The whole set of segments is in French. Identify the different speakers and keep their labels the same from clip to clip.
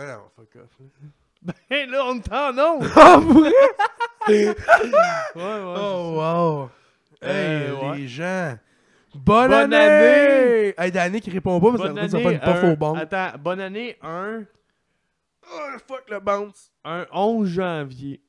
Speaker 1: off. Là.
Speaker 2: Ben là, on t'en non!
Speaker 1: Ah, ouais?
Speaker 2: Ouais, ouais.
Speaker 1: Oh, wow! Hey,
Speaker 2: Euh, ouais.
Speaker 1: les gens! Bonne,
Speaker 2: Bonne
Speaker 1: année! Hey, Danny qui répond pas parce que
Speaker 2: Bonne
Speaker 1: ça
Speaker 2: année,
Speaker 1: fait une puff
Speaker 2: un-
Speaker 1: au bon.
Speaker 2: Attends, bonne année, un,
Speaker 1: Oh, fuck le bounce!
Speaker 2: un 11 janvier.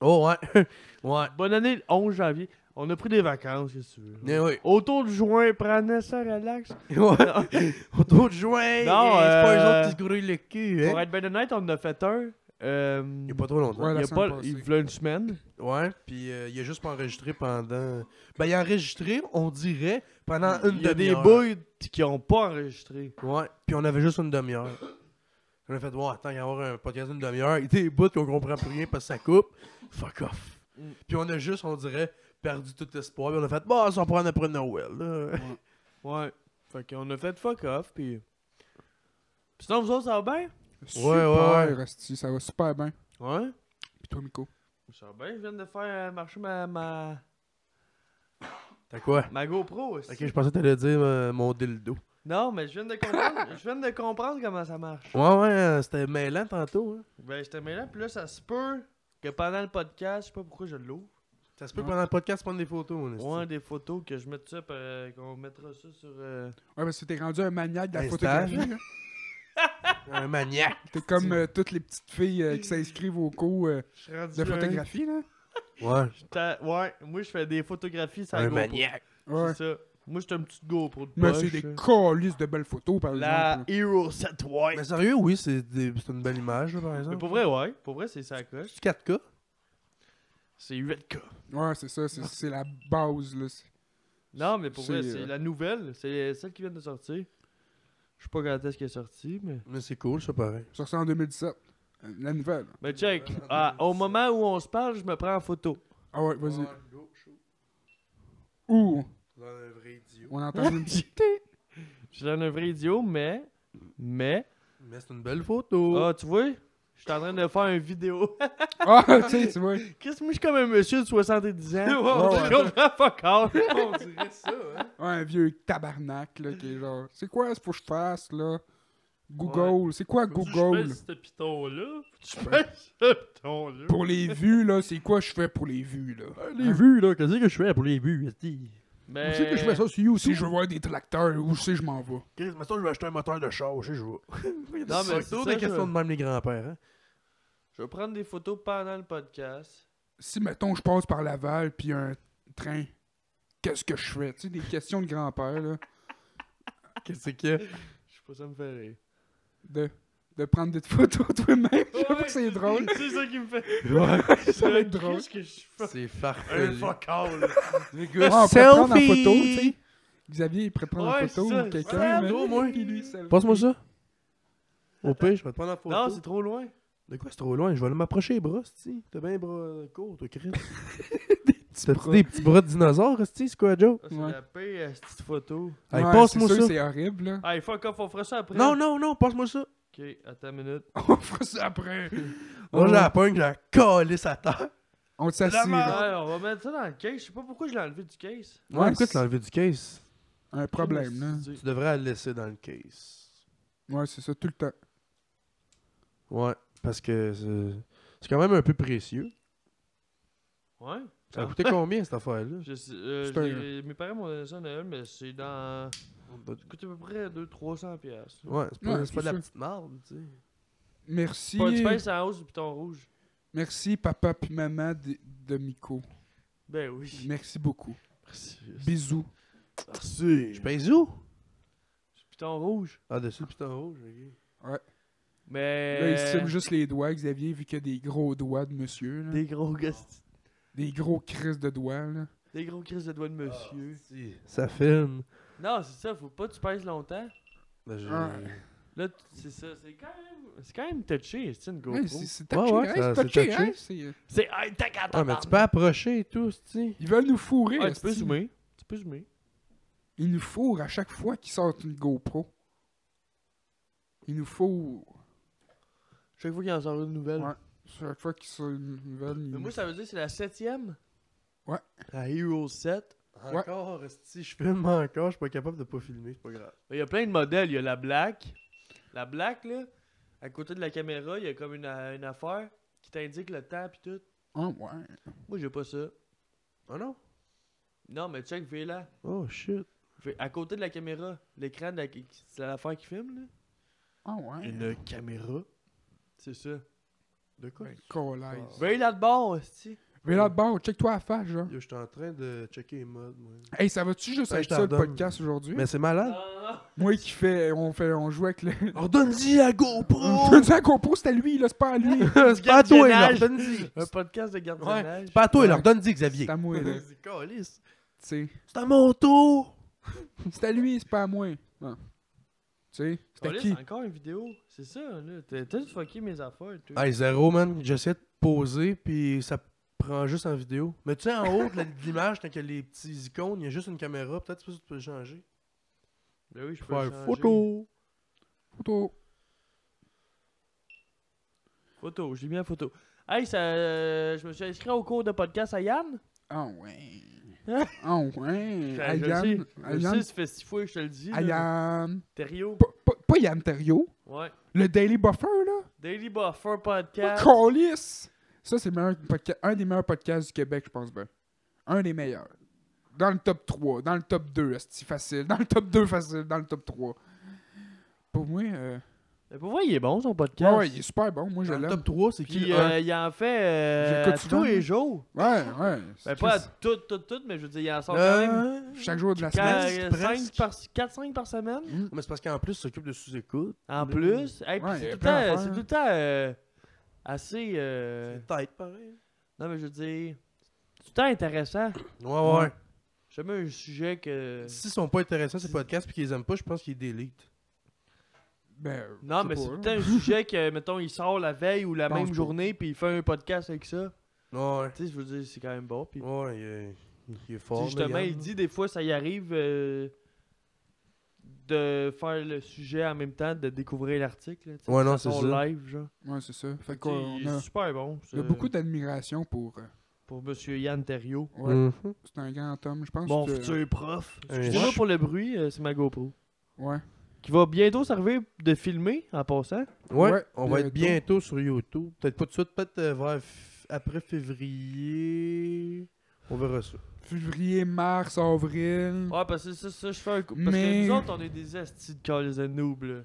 Speaker 1: Oh, ouais. ouais.
Speaker 2: Bonne année, le 11 janvier. On a pris des vacances, si tu veux.
Speaker 1: Eh oui.
Speaker 2: Autour du juin, prenez ça relax.
Speaker 1: Ouais. Autour de juin,
Speaker 2: Non,
Speaker 1: eh, c'est pas
Speaker 2: euh,
Speaker 1: eux autres qui se grouillent le cul,
Speaker 2: Pour
Speaker 1: hein?
Speaker 2: être bien honnête, on en a fait un. euh,
Speaker 1: Il y a pas trop longtemps.
Speaker 3: Ouais,
Speaker 2: il
Speaker 3: la
Speaker 2: y a
Speaker 3: semaine
Speaker 2: pas-
Speaker 3: passée.
Speaker 2: il voulait une semaine.
Speaker 1: Ouais, puis euh, il a juste pas enregistré pendant. Ben, il a enregistré, on dirait, pendant Ah, une
Speaker 2: Il y a des
Speaker 1: demi-heure.
Speaker 2: bouilles qui n'ont pas enregistré.
Speaker 1: Ouais, puis on avait juste une demi-heure. On a fait, ouais, attends, il va y avoir un podcast d'une demi-heure. Il y a des bouts qu'on comprend plus rien parce que ça coupe. Fuck off.
Speaker 2: Mm.
Speaker 1: Puis on a juste, on dirait, perdu tout espoir. Puis on a fait, bah, ça va prendre après Noël. là.
Speaker 2: Ouais. Fait qu'on a fait fuck off, pis... Pis sinon, vous autres, ça va bien?
Speaker 3: Super,
Speaker 1: ouais,
Speaker 3: hostie, ça va super bien.
Speaker 2: Ouais.
Speaker 3: Puis toi, Nico?
Speaker 2: Ça va bien, je viens de faire euh, marcher ma, ma,
Speaker 1: T'as quoi?
Speaker 2: ma GoPro aussi.
Speaker 1: Ok, je pensais que t'allais dire euh, mon dildo.
Speaker 2: Non, mais je viens de comprendre, je viens de comprendre comment ça marche.
Speaker 1: Ouais, ouais, euh, c'était mêlant tantôt. hein.
Speaker 2: Ben, je te mets là, pis là, ça se peut que pendant le podcast, je sais pas pourquoi je l'ouvre,
Speaker 1: Ça se peut
Speaker 3: Ouais.
Speaker 1: pendant le podcast prendre des photos, mon esti.
Speaker 2: ou un des photos que je mette ça, par- euh, qu'on mettra ça sur... euh,
Speaker 3: Ouais, parce que t'es rendu un maniaque de la
Speaker 1: Un
Speaker 3: photographie.
Speaker 1: stage.
Speaker 3: là.
Speaker 1: Un maniaque.
Speaker 3: T'es comme euh, toutes les petites filles euh, qui s'inscrivent au cours euh,
Speaker 2: Je suis rendu
Speaker 3: de
Speaker 2: un-
Speaker 3: photographie, là.
Speaker 1: Ouais.
Speaker 2: Ta- Ouais, moi, je fais des photographies sur la
Speaker 1: Un
Speaker 2: GoPro.
Speaker 1: maniaque.
Speaker 3: Ouais.
Speaker 2: C'est ça. Moi, j'étais une petite GoPro de
Speaker 3: Mais c'est
Speaker 2: poche,
Speaker 3: des
Speaker 2: euh.
Speaker 3: colis de belles photos, par
Speaker 2: La
Speaker 3: exemple.
Speaker 2: Hero 7 White.
Speaker 1: Mais sérieux, oui, c'est des- c'est une belle image, là, par
Speaker 2: Mais
Speaker 1: exemple.
Speaker 2: pour vrai, ouais. Pour vrai, c'est ça coche.
Speaker 1: C'est 4K.
Speaker 2: C'est 8K.
Speaker 3: Ouais, c'est ça, c'est- c'est la base, là. C'est-
Speaker 2: Non, mais pour
Speaker 3: C'est,
Speaker 2: vrai, c'est
Speaker 3: euh,
Speaker 2: la nouvelle. C'est celle qui vient de sortir. Je sais pas quand est-ce qu'elle est sortie, mais.
Speaker 1: Mais c'est cool, ça, pareil.
Speaker 3: Ça ressort en 2017. Euh, La nouvelle.
Speaker 2: Mais check. Ah, au moment où on se parle, je me prends en photo.
Speaker 3: Ah ouais, vas-y.
Speaker 1: Ouais, go, chaud.
Speaker 3: Ouh,
Speaker 1: Dans un vrai idiot.
Speaker 3: on entend une petite...
Speaker 2: Je suis un vrai idiot, mais. Mais.
Speaker 1: Mais c'est une belle
Speaker 3: Oh.
Speaker 1: photo.
Speaker 2: Ah, tu vois? Je suis en train de faire une vidéo.
Speaker 3: Ah, tu sais, tu vois.
Speaker 2: Qu'est-ce que moi, je suis comme un monsieur de 70 ans.
Speaker 3: on
Speaker 2: Je comprends pas encore.
Speaker 1: on dirait ça, hein?
Speaker 3: Ouais, un vieux tabarnak, là, qui est genre... C'est quoi, ce faut que je fasse, là? Google, c'est quoi Google?
Speaker 2: ce piton-là. Je fais ce piton-là.
Speaker 3: Pour les vues, là, c'est quoi je fais pour les vues, là?
Speaker 1: Les vues, là, qu'est-ce que je fais pour les vues, esti?
Speaker 3: Où
Speaker 2: Mais.
Speaker 3: c'est que je fais ça sur YouTube? Euh, Si je veux voir des tracteurs, où c'est que je m'en vais?
Speaker 1: Chris, mais ça, je vais acheter un moteur de char, je sais, je vais.
Speaker 2: Non, mais c'est
Speaker 1: toujours
Speaker 2: ça,
Speaker 1: des questions
Speaker 2: je-
Speaker 1: de même les grands-pères, hein?
Speaker 2: Je vais prendre des photos pendant le podcast.
Speaker 3: Si, mettons, je passe par Laval, puis y a un train, qu'est-ce que je fais? Tu sais, des questions de grand-père, là.
Speaker 1: Qu'est-ce que.
Speaker 2: Je sais pas, ça me fait rire.
Speaker 3: De, de prendre des photos toi-même. je sais pas
Speaker 2: Ouais,
Speaker 3: que c'est drôle.
Speaker 2: C'est ça qui me fait.
Speaker 1: Ouais,
Speaker 3: Ça va être
Speaker 2: Qu'est-ce
Speaker 3: drôle.
Speaker 2: que je fais?
Speaker 1: c'est
Speaker 2: Un
Speaker 1: farfelu.
Speaker 2: focal.
Speaker 1: Les
Speaker 3: Ah,
Speaker 1: gars,
Speaker 3: on pourrait prendre en
Speaker 1: selfie!
Speaker 3: photo, tu sais. Xavier, il pourrait prendre
Speaker 2: Ouais,
Speaker 3: en photo
Speaker 2: c'est ça.
Speaker 3: ou quelqu'un.
Speaker 2: Ouais,
Speaker 3: mais-
Speaker 2: non, moi.
Speaker 3: Puis lui, ça-
Speaker 1: Passe-moi ça. Au pire, je vais te prendre en photo.
Speaker 2: Non, c'est trop loin.
Speaker 1: De quoi, c'est trop loin? Je vais aller m'approcher les bras, esti. T'as bien les bras euh, courts, toi, Chris.
Speaker 3: Petit
Speaker 1: T'as-tu des petits bras de dinosaure, esti? C'est quoi, Joe?
Speaker 2: Ah, c'est
Speaker 3: Ouais.
Speaker 2: la paix, cette petite photo.
Speaker 3: Ouais,
Speaker 1: Hey, passe-moi
Speaker 3: c'est sûr,
Speaker 1: ça.
Speaker 3: C'est horrible, là.
Speaker 2: Hey, Ah, fuck off, on fera ça après.
Speaker 1: Non, non, non, passe-moi ça.
Speaker 2: Ok, attends une minute.
Speaker 3: On fera ça après.
Speaker 1: Moi,
Speaker 3: Ouais.
Speaker 1: j'ai la pogne, j'ai la calé sa terre.
Speaker 3: On s'assied,
Speaker 1: merde.
Speaker 3: là.
Speaker 2: Ouais, on va mettre ça dans le case. Je sais pas pourquoi je l'ai enlevé du case.
Speaker 3: Ouais,
Speaker 1: pourquoi
Speaker 3: c'est-
Speaker 1: tu l'as enlevé du case?
Speaker 3: Un problème, là.
Speaker 2: C'est-
Speaker 1: Tu devrais la laisser dans le case.
Speaker 3: Ouais, c'est ça, tout le temps.
Speaker 1: Ouais, parce que c'est- c'est quand même un peu précieux.
Speaker 2: Ouais.
Speaker 1: Ça a
Speaker 2: Ah.
Speaker 1: coûté combien cette affaire-là?
Speaker 2: Je sais- euh,
Speaker 3: C'est un-
Speaker 2: j'ai- Mes parents m'ont donné ça à Noël, mais c'est dans. Ça coûte à peu près 200-300$. piastres.
Speaker 1: Ouais, c'est pas,
Speaker 3: Ouais,
Speaker 1: c'est pas
Speaker 3: c'est
Speaker 1: de la
Speaker 3: sûr.
Speaker 1: petite marde, tu sais.
Speaker 3: Merci.
Speaker 2: Pas du pain, c'est en hausse du piton rouge.
Speaker 3: Merci, papa puis maman de, de Miko.
Speaker 2: Ben oui.
Speaker 3: Merci beaucoup.
Speaker 2: Merci.
Speaker 3: Bisous.
Speaker 1: Je pèse où?
Speaker 2: Piton rouge.
Speaker 1: Ah, dessus le piton rouge, ok.
Speaker 2: Mais.
Speaker 3: Là, il se filme juste les doigts, Xavier, vu qu'il y a des gros doigts de monsieur. Là. Des...
Speaker 2: Des gros gosses.
Speaker 3: gros crises de doigts. Là.
Speaker 2: Des gros crises de doigts de monsieur.
Speaker 1: Si, Ça filme.
Speaker 2: Non, c'est ça, faut pas que tu pèses longtemps.
Speaker 1: Ben, je-
Speaker 3: Ah.
Speaker 2: Là, tu- c'est ça, c'est quand même. C'est quand même touché, c'est une GoPro.
Speaker 3: Ouais, c'est c'est
Speaker 1: Ouais,
Speaker 3: touché,
Speaker 1: ouais,
Speaker 3: hein,
Speaker 1: ça- c'est
Speaker 3: c'est touché,
Speaker 1: touché.
Speaker 3: hein, c'est-
Speaker 2: C'est. Hey, t'as qu'à
Speaker 1: Ah, mais tu peux approcher et tout, tu
Speaker 3: Ils veulent nous fourrer.
Speaker 2: Ah, tu peux
Speaker 3: esti.
Speaker 2: zoomer. Tu peux zoomer.
Speaker 3: Ils nous fourrent à chaque fois qu'ils sortent une GoPro. Ils nous fourrent.
Speaker 2: Chaque fois qu'il en sort une nouvelle.
Speaker 3: Ouais. Chaque fois qu'ils sortent une nouvelle. ils
Speaker 2: Mais moi,
Speaker 3: nous-
Speaker 2: ça veut dire que c'est la septième.
Speaker 3: Ouais.
Speaker 2: La Hero 7.
Speaker 1: Encore, si je filme encore, je suis pas capable de pas filmer, c'est pas grave.
Speaker 2: Il y a plein de modèles. Il y a la Black. La Black, là. à côté de la caméra, il y a comme une, a- une affaire qui t'indique le temps pis tout.
Speaker 3: Ah ouais.
Speaker 2: Moi, j'ai pas ça.
Speaker 1: Ah non?
Speaker 2: Non, mais check, vais là.
Speaker 1: Oh shit.
Speaker 2: Vais- À côté de la caméra, l'écran, de la- c'est l'affaire qui filme, là.
Speaker 3: Ah ouais.
Speaker 2: Une caméra. C'est ça.
Speaker 1: De quoi?
Speaker 3: Ben, Colère.
Speaker 2: Veille là de bord, aussi.
Speaker 3: Mais là, bon, check-toi la face, genre.
Speaker 1: Yo, j'étais en train de checker les modes, moi.
Speaker 3: Hey, ça va-tu juste
Speaker 1: Ben,
Speaker 3: être
Speaker 1: je
Speaker 3: ça le
Speaker 1: t'ordonne.
Speaker 3: podcast aujourd'hui?
Speaker 1: Mais c'est malade.
Speaker 3: Moi qui fais. On, fait, on joue avec le.
Speaker 1: Ordonne-y à
Speaker 3: Tu
Speaker 1: GoPro!
Speaker 3: sais, GoPro, c'était lui, là, c'est pas à lui.
Speaker 1: c'est pas à toi, là. Ordonne-y.
Speaker 2: Un
Speaker 1: C'est
Speaker 2: podcast de gardiennage.
Speaker 1: pas à toi, là.
Speaker 3: Ouais.
Speaker 1: Ordonne-y, Xavier.
Speaker 3: C'est à moi, là.
Speaker 2: Mhm.
Speaker 3: Tu
Speaker 1: C'est câlisse.
Speaker 3: sais.
Speaker 1: C'est à mon tour!
Speaker 3: C'est à lui, c'est pas à moi. Ah. Tu sais,
Speaker 2: Oh,
Speaker 3: c'était
Speaker 2: là,
Speaker 3: qui?
Speaker 2: c'est encore une vidéo. C'est ça, là. T'as t'as tout fucké mes affaires, tout.
Speaker 1: Hey, zéro, man. J'essaie de poser, puis ça prend juste en vidéo. Mais tu sais, en haut de la- de l'image, quand il y a les petits icônes, il y a juste une caméra. Peut-être que tu peux changer.
Speaker 2: Ben oui, je peux
Speaker 1: Faire
Speaker 2: changer.
Speaker 1: photo.
Speaker 3: Photo.
Speaker 2: Photo, j'ai mis la photo. Hey, ça, euh, je me suis inscrit au cours de podcast à Yann.
Speaker 3: Ah ouais. Ah ouais.
Speaker 2: Je-
Speaker 3: À
Speaker 2: je le sais.
Speaker 3: Yann. à
Speaker 2: Je sais,
Speaker 3: Yann.
Speaker 2: ça fait six fois que je te le dis.
Speaker 3: à
Speaker 2: là.
Speaker 3: Yann-
Speaker 2: Thériault.
Speaker 3: pas- pas- Pas Yann Terrio.
Speaker 2: Ouais.
Speaker 3: Le Daily Buffer, là.
Speaker 2: Daily Buffer
Speaker 3: Yeah.
Speaker 2: Podcast.
Speaker 3: Ça, c'est le meilleur podca- un des meilleurs podcasts du Québec, je pense bien. Un des meilleurs. Dans le top 3, dans le top 2, c'est facile. Dans le top 2, facile, dans le top 3. Pour moi, euh,
Speaker 2: Mais pour moi, il est bon son
Speaker 3: ouais,
Speaker 2: podcast.
Speaker 3: ouais, il est super bon. Moi, je
Speaker 1: Dans le
Speaker 3: l'aime.
Speaker 1: top 3, c'est qui
Speaker 2: Puis
Speaker 1: le
Speaker 2: euh,
Speaker 1: un?
Speaker 2: il en fait euh,
Speaker 3: J'écoute
Speaker 2: à
Speaker 3: souvent,
Speaker 2: tous les
Speaker 3: moi.
Speaker 2: jours.
Speaker 3: Ouais, ouais.
Speaker 2: Ben,
Speaker 3: c'est
Speaker 2: pas à
Speaker 3: Chris.
Speaker 2: tout, tout, tout, mais je veux dire, il en sort quand même.
Speaker 1: Euh,
Speaker 3: Chaque jour de la semaine.
Speaker 1: presque, presque.
Speaker 2: 4-5 par semaine.
Speaker 3: Mm.
Speaker 1: Mais c'est parce qu'en plus, il s'occupe de sous-écoute.
Speaker 2: En
Speaker 1: Mm.
Speaker 2: plus, Hey, puis
Speaker 3: Ouais, il
Speaker 2: c'est
Speaker 3: y a
Speaker 2: tout, le
Speaker 3: plein
Speaker 2: temps-
Speaker 3: d'affaires. hein.
Speaker 2: c'est tout le temps euh, assez. euh,
Speaker 1: C'est tête, pareil.
Speaker 2: non, mais je veux dire, c'est tout le temps intéressant.
Speaker 1: Ouais, ouais.
Speaker 3: Ouais.
Speaker 2: Jamais un sujet que.
Speaker 1: S'ils sont pas intéressants, ces podcasts, puis qu'ils les aiment pas, je pense qu'ils délite.
Speaker 3: Ben, euh,
Speaker 2: Non,
Speaker 3: je
Speaker 2: mais
Speaker 3: sais
Speaker 2: c'est tout
Speaker 3: pas,
Speaker 2: le
Speaker 3: là.
Speaker 2: temps un sujet que, mettons, il sort la veille ou la
Speaker 3: Pense
Speaker 2: même
Speaker 3: pas.
Speaker 2: journée, puis il fait un podcast avec ça.
Speaker 1: Ouais.
Speaker 2: Tu sais, je veux dire, c'est quand même bon. Puis,
Speaker 1: Ouais, il est, il est
Speaker 2: tu sais,
Speaker 1: fort.
Speaker 2: justement,
Speaker 1: là, Yann.
Speaker 2: il dit des fois, ça y arrive euh, de faire le sujet en même temps, de découvrir l'article. là, tu sais,
Speaker 1: Ouais, non,
Speaker 2: de
Speaker 1: c'est
Speaker 2: façon
Speaker 1: ça.
Speaker 2: live, genre.
Speaker 3: Ouais, c'est ça. Fait
Speaker 2: Tu sais,
Speaker 3: qu'on
Speaker 2: il est
Speaker 3: a,
Speaker 2: super bon.
Speaker 3: on a
Speaker 2: ça,
Speaker 3: beaucoup d'admiration pour. euh,
Speaker 2: Pour Monsieur Yann Terriot.
Speaker 3: ouais,
Speaker 1: Mhm.
Speaker 3: c'est un grand homme, je pense.
Speaker 2: Mon
Speaker 3: que-
Speaker 2: futur prof.
Speaker 1: Un
Speaker 2: Excusez-moi
Speaker 1: chou-
Speaker 2: pour le bruit, euh, c'est ma GoPro.
Speaker 3: Ouais.
Speaker 2: Qui va bientôt servir de filmer en passant.
Speaker 1: Ouais,
Speaker 3: Ouais,
Speaker 1: on va être
Speaker 3: bientôt.
Speaker 1: bientôt sur YouTube. Peut-être pas tout de suite, peut-être euh, vers f- après février. On verra ça.
Speaker 3: Février, mars, avril.
Speaker 2: Ouais, Ah, parce que ça, ça je fais un coup. Parce
Speaker 3: Mais-
Speaker 2: que nous autres, on est des astis de Call of Noob, là.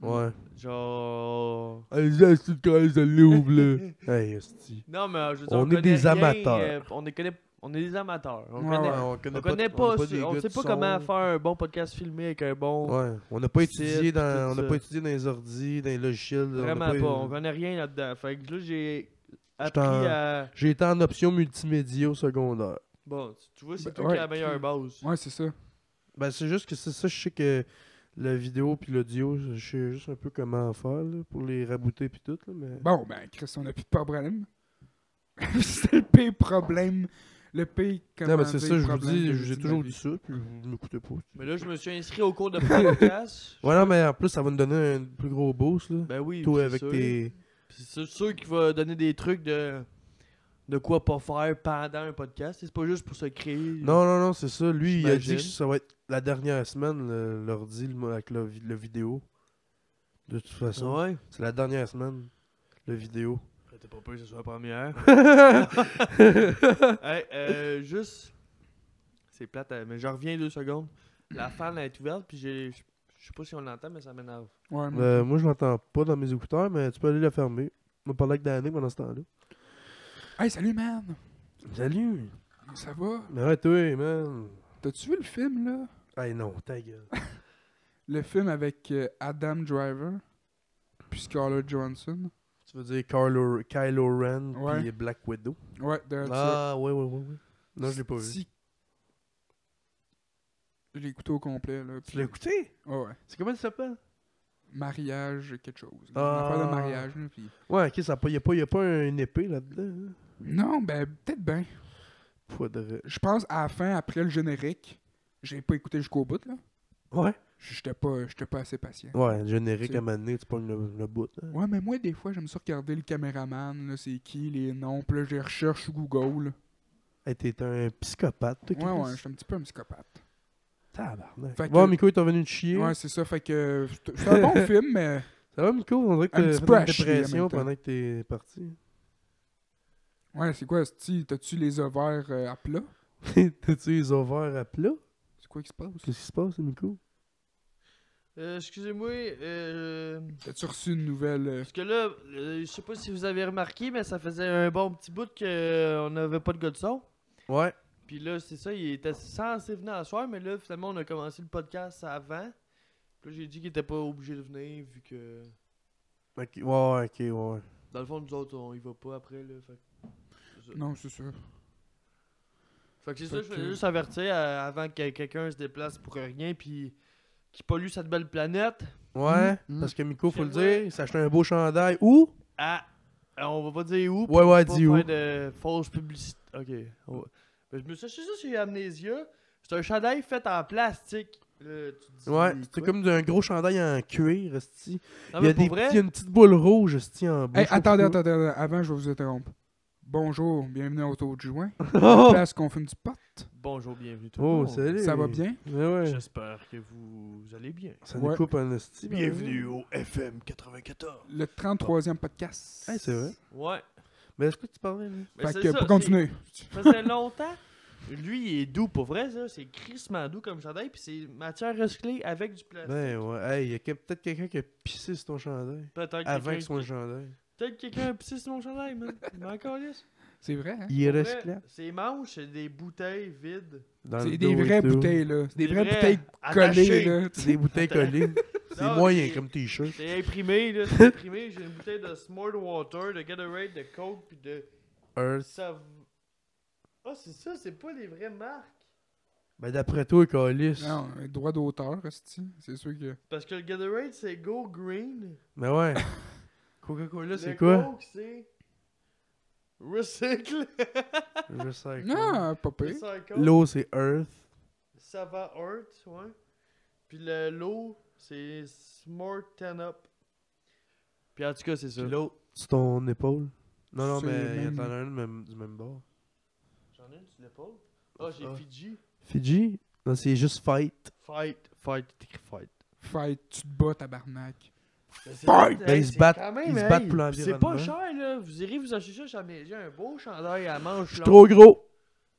Speaker 1: Ouais.
Speaker 2: Genre.
Speaker 1: Allez-y, c'est le de l'ouvre, là. Hey, esti.
Speaker 2: Non, mais je veux dire,
Speaker 1: On est
Speaker 2: connaît
Speaker 1: des
Speaker 2: rien,
Speaker 1: amateurs.
Speaker 2: euh, on, est connaît- on est des amateurs. On
Speaker 3: Ouais,
Speaker 2: connaît,
Speaker 3: ouais,
Speaker 1: on
Speaker 2: on connaît
Speaker 1: on
Speaker 2: pas,
Speaker 1: est
Speaker 2: ce-
Speaker 1: des
Speaker 2: on
Speaker 1: gars
Speaker 2: sait
Speaker 1: de
Speaker 2: pas
Speaker 1: son.
Speaker 2: comment faire un bon podcast filmé avec un bon.
Speaker 1: Ouais, on n'a pas
Speaker 2: site,
Speaker 1: étudié dans,
Speaker 2: tout
Speaker 1: on n'a
Speaker 2: ça.
Speaker 1: pas étudié dans les ordi, dans les logiciels. on n'a
Speaker 2: Vraiment pas,
Speaker 1: eu-
Speaker 2: on connaît rien là-dedans. Fait que là, j'ai appris
Speaker 1: t'en-
Speaker 2: à.
Speaker 1: J'ai été en option multimédia au secondaire.
Speaker 2: Bon, tu- tu vois, c'est
Speaker 3: Ben,
Speaker 2: toi qui as la
Speaker 3: ouais,
Speaker 2: meilleure
Speaker 3: tu-
Speaker 2: base.
Speaker 3: Ouais, c'est ça.
Speaker 1: Ben, c'est juste que c'est ça, je sais que la vidéo puis l'audio, je sais juste un peu comment faire là, pour les rabouter puis tout, là, mais...
Speaker 3: Bon, ben, Chris, on a plus de problème. c'est le pire problème. Le pire.
Speaker 1: non,
Speaker 3: comment
Speaker 1: mais c'est
Speaker 3: dire,
Speaker 1: ça, je vous
Speaker 3: problème
Speaker 1: dis,
Speaker 3: que
Speaker 1: je vous ai
Speaker 3: de
Speaker 1: toujours
Speaker 3: ma
Speaker 1: dit
Speaker 3: vie.
Speaker 1: ça, puis vous m'écoutez pas.
Speaker 2: Mais là, je me suis inscrit au cours de podcast.
Speaker 1: Ouais, non, mais en plus, ça va nous donner un plus gros boost, là.
Speaker 2: ben oui,
Speaker 1: Toi,
Speaker 2: c'est
Speaker 1: avec
Speaker 2: sûr.
Speaker 1: tes...
Speaker 2: Puis C'est sûr qu'il va donner des trucs de de quoi pas faire pendant un podcast. C'est pas juste pour se créer.
Speaker 1: Non, non, non, c'est ça. Lui, il a dit
Speaker 2: J'imagine.
Speaker 1: que ça va être la dernière semaine, le- l'ordi, le mo- avec le, vi- le vidéo. De toute façon,
Speaker 2: Ouais.
Speaker 1: c'est la dernière semaine, le vidéo.
Speaker 2: T'es pas peur que ce soit la première. hey, euh, juste. C'est plate, euh, mais je reviens deux secondes. La fan elle est ouverte, puis j'ai. je- Je sais pas si on l'entend, mais ça m'énerve.
Speaker 3: Ouais, mais-
Speaker 1: Euh, moi, je l'entends pas dans mes écouteurs, mais tu peux aller la fermer. On va parler avec Danny pendant ce temps-là.
Speaker 3: Hey, salut, man.
Speaker 1: Salut!
Speaker 3: Ça va?
Speaker 1: Mais ouais, toi, man!
Speaker 3: T'as-tu vu le film, là?
Speaker 1: Hey, non, ta gueule.
Speaker 3: Le film avec euh, Adam Driver. Puis Scarlett Johansson.
Speaker 1: tu veux dire Carlo, Kylo Ren
Speaker 3: Ouais.
Speaker 1: pis Black Widow?
Speaker 3: Ouais, de
Speaker 1: Ah, ouais, ouais, ouais, ouais. Non, je l'ai pas vu.
Speaker 3: Si- Je l'ai écouté au complet, là.
Speaker 1: Tu l'as écouté?
Speaker 3: Ouais, ouais.
Speaker 1: C'est comment il s'appelle?
Speaker 3: Mariage, quelque chose. Une
Speaker 1: Ah.
Speaker 3: affaire de mariage, là. Puis...
Speaker 1: Ouais, ok, ça n'y a, pas- y a pas une épée là-dedans. hein.
Speaker 3: Non, ben, peut-être bien.
Speaker 1: Faudrait.
Speaker 3: Je pense à la fin, après le générique, j'ai pas écouté jusqu'au bout, là.
Speaker 1: Ouais.
Speaker 3: J'étais pas, j'étais pas assez patient.
Speaker 1: Ouais, le générique
Speaker 3: C'est-
Speaker 1: à maner, tu pognes le, le bout. hein.
Speaker 3: Ouais, mais moi, des fois, j'aime ça regarder le caméraman, là, c'est qui, les noms, puis là, je les recherche sur Google. là.
Speaker 1: Hey, t'es un psychopathe, toi,
Speaker 3: Ouais, ouais, je
Speaker 1: Chris.
Speaker 3: suis un petit peu un psychopathe.
Speaker 1: Tabarnak.
Speaker 3: Fait
Speaker 1: Bon,
Speaker 3: que-
Speaker 1: Miko, il t'es venu de chier.
Speaker 3: Ouais, c'est ça, fait que c'est c'est un bon film, mais
Speaker 1: Ça va, Miko? On dirait que
Speaker 3: Un
Speaker 1: t'as
Speaker 3: petit
Speaker 1: fait
Speaker 3: peu
Speaker 1: une
Speaker 3: à chier en
Speaker 1: dépression
Speaker 3: même temps.
Speaker 1: pendant que t'es parti.
Speaker 3: Ouais, c'est quoi, Sty T'as-tu les ovaires euh, à plat
Speaker 1: T'as-tu les ovaires à plat?
Speaker 3: C'est quoi qui se passe
Speaker 1: Qu'est-ce qui se passe, Miko?
Speaker 2: Euh, Excusez-moi, euh,
Speaker 3: T'as-tu reçu une nouvelle euh,
Speaker 2: parce que là, euh, je sais pas si vous avez remarqué, mais ça faisait un bon petit bout qu'on n'avait pas de gars de son.
Speaker 1: Ouais.
Speaker 2: Puis là, c'est ça, il était censé venir à soir, mais là, finalement, on a commencé le podcast avant. Puis là, j'ai dit qu'il était pas obligé de venir, vu que.
Speaker 1: Ok, ouais, ouais, ok, ouais.
Speaker 2: Dans le fond, nous autres, on y va pas après, là. Fait que- c'est ça.
Speaker 3: Non, c'est sûr.
Speaker 2: Fait que c'est
Speaker 3: Fait
Speaker 2: ça, je voulais
Speaker 3: que-
Speaker 2: juste avertir euh, avant que quelqu'un se déplace pour rien, puis qu'il pollue cette belle planète. Hmm.
Speaker 1: Ouais,
Speaker 3: Mhm.
Speaker 1: parce que Miko, faut le
Speaker 2: J'aimerais-
Speaker 1: dire, il s'est acheté un beau chandail. Où?
Speaker 2: Ah! euh, On va pas dire où,
Speaker 1: Ouais, ouais,
Speaker 2: pour
Speaker 1: dis
Speaker 2: pas
Speaker 1: où.
Speaker 2: faire de fausses publicités. Ok. on va- Ben, je me suis acheté ça chez Amnesia. C'est un chandail fait en plastique. Là, tu te dis
Speaker 1: Ouais,
Speaker 2: quoi?
Speaker 1: c'est comme un gros chandail en cuir, esti. Il
Speaker 2: Non,
Speaker 1: y
Speaker 2: Ah, mais
Speaker 1: a
Speaker 2: pour
Speaker 1: des
Speaker 2: vrai,
Speaker 1: petits- il y a une petite boule rouge, esti, en bas.
Speaker 3: Hey,
Speaker 1: je sais pas
Speaker 3: attendez,
Speaker 1: pourquoi.
Speaker 3: attendez, attendez, avant, je vais vous interrompre. Bonjour, bienvenue au Tour du Joint.
Speaker 1: Oh,
Speaker 3: Place qu'on fume du pot.
Speaker 2: Bonjour, bienvenue tout le
Speaker 1: Oh,
Speaker 2: monde.
Speaker 1: salut.
Speaker 3: Ça va bien
Speaker 1: Ouais, ouais.
Speaker 2: J'espère que vous vous allez bien.
Speaker 1: Ça nous
Speaker 3: Ouais.
Speaker 1: coupe un esti. mais-
Speaker 2: au FM 94.
Speaker 3: Le 33e podcast.
Speaker 1: Hey, c'est vrai.
Speaker 2: Ouais.
Speaker 1: Mais est-ce que tu parlais, là?
Speaker 2: Mais
Speaker 3: fait
Speaker 2: Ben, c'est
Speaker 3: que
Speaker 2: ça,
Speaker 3: pour
Speaker 2: c'est-
Speaker 3: continuer.
Speaker 2: Ça faisait longtemps. Lui, il est doux, pour vrai, ça. C'est crissement doux comme chandail, puis c'est matière recyclée avec du plastique.
Speaker 1: Ben ouais, hey, il y a que- peut-être quelqu'un qui a pissé sur ton chandail.
Speaker 2: Peut-être
Speaker 1: Avant
Speaker 2: quelqu'un
Speaker 1: que ce soit un chandail.
Speaker 2: peut-être quelqu'un a pissé sur mon chandail, man. Il m'en calisse.
Speaker 3: C'est vrai, hein
Speaker 1: Il
Speaker 2: Pour
Speaker 1: reste
Speaker 2: vrai, Ses manches, c'est des bouteilles vides.
Speaker 1: Ah,
Speaker 3: C'est des vraies bouteilles, là. C'est des,
Speaker 2: Des
Speaker 3: vraies
Speaker 2: vraies
Speaker 3: bouteilles collées,
Speaker 2: attachées.
Speaker 3: là.
Speaker 1: C'est des bouteilles collées. C'est
Speaker 2: Non,
Speaker 1: moyen
Speaker 2: c'est-
Speaker 1: comme t-shirt.
Speaker 2: C'est imprimé, là. C'est imprimé. J'ai une bouteille de Smart Water, de Gatorade, de Coke, puis de
Speaker 1: Earth.
Speaker 2: ça Ah, c'est ça, c'est pas les vraies marques.
Speaker 1: Ben d'après toi, Calis.
Speaker 3: Non, un droit d'auteur, esti. c'est sûr que.
Speaker 2: Parce que le Gatorade, c'est Go Green.
Speaker 1: Mais ouais. Coca-Cola, c'est
Speaker 2: le
Speaker 1: quoi?
Speaker 2: Coke, c'est. Recycle.
Speaker 1: Je sais. quoi.
Speaker 3: Non, pas pire.
Speaker 2: Recycle.
Speaker 1: L'eau, c'est Earth.
Speaker 2: Ça va Earth, ouais. Puis le- l'eau, c'est Smart Ten Up. Puis en tout cas, c'est ça.
Speaker 1: Puis l'autre, c'est ton épaule. Non, non,
Speaker 3: C'est
Speaker 1: mais il y
Speaker 3: même-
Speaker 1: en a un du même- du même bord.
Speaker 2: J'en ai une sur l'épaule. Ah, j'ai
Speaker 1: Ah.
Speaker 2: Fiji.
Speaker 1: Fidji? Non, c'est juste Fight.
Speaker 2: Fight, fight, c'est écrit fight.
Speaker 3: Fight, tu te bats, tabarnak.
Speaker 2: Mais c'est-
Speaker 3: Fight!
Speaker 2: hey,
Speaker 1: Ben, ils se
Speaker 2: c'est
Speaker 1: battent-
Speaker 2: quand même,
Speaker 1: ils se
Speaker 2: hey,
Speaker 1: battent pour
Speaker 2: C'est pas
Speaker 1: l'environnement.
Speaker 2: cher, là. Vous irez vous acheter ça chez Amnesia, un beau chandail à manche.
Speaker 1: Je suis
Speaker 2: longue.
Speaker 1: trop gros!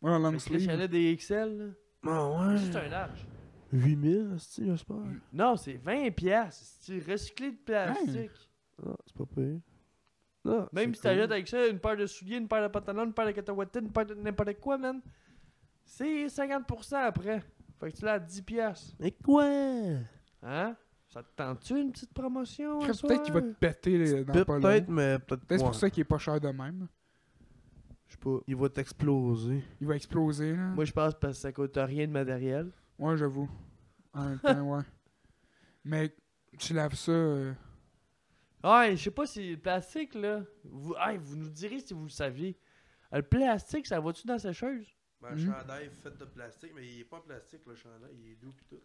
Speaker 3: Ouais, en long
Speaker 2: Parce que là, J'en
Speaker 3: sleeve.
Speaker 2: ai des XL, là.
Speaker 1: Ah ouais?
Speaker 2: C'est un large.
Speaker 1: 8000, c'est j'espère.
Speaker 2: Non, c'est 20 piastres. C'est recyclé de plastique.
Speaker 1: Ah, c'est pas pire. Non,
Speaker 2: Même
Speaker 1: c'est
Speaker 2: si t'achètes
Speaker 1: cool.
Speaker 2: avec ça une paire de souliers, une paire de pantalons, une paire de catahuatines, une paire de n'importe quoi, man, c'est 50% après. Fait que tu l'as à 10$. piastres.
Speaker 1: Mais quoi?
Speaker 2: Hein? Ça te tente-tu une petite promotion? à
Speaker 3: Crème,
Speaker 2: soir?
Speaker 3: Peut-être qu'il va te péter là, dans pas long.
Speaker 1: Peut-être,
Speaker 3: Peut-être
Speaker 1: mais peut-être
Speaker 3: c'est pour
Speaker 1: ouais.
Speaker 3: ça qu'il est pas cher de même.
Speaker 1: Je sais pas. Il va t'exploser.
Speaker 3: Il va exploser, là.
Speaker 2: Moi, je pense parce que ça coûte rien de matériel.
Speaker 3: Ouais, j'avoue. En même temps, ouais. Mais tu laves ça. euh,
Speaker 2: Ouais, je sais pas si le plastique, là. Vous, hey, vous nous direz si vous le saviez. Le plastique, ça va-tu dans la sécheuse?
Speaker 1: Ben,
Speaker 3: Mhm.
Speaker 1: chandail fait de plastique, mais il est pas en plastique, le chandail. Il est doux pis tout.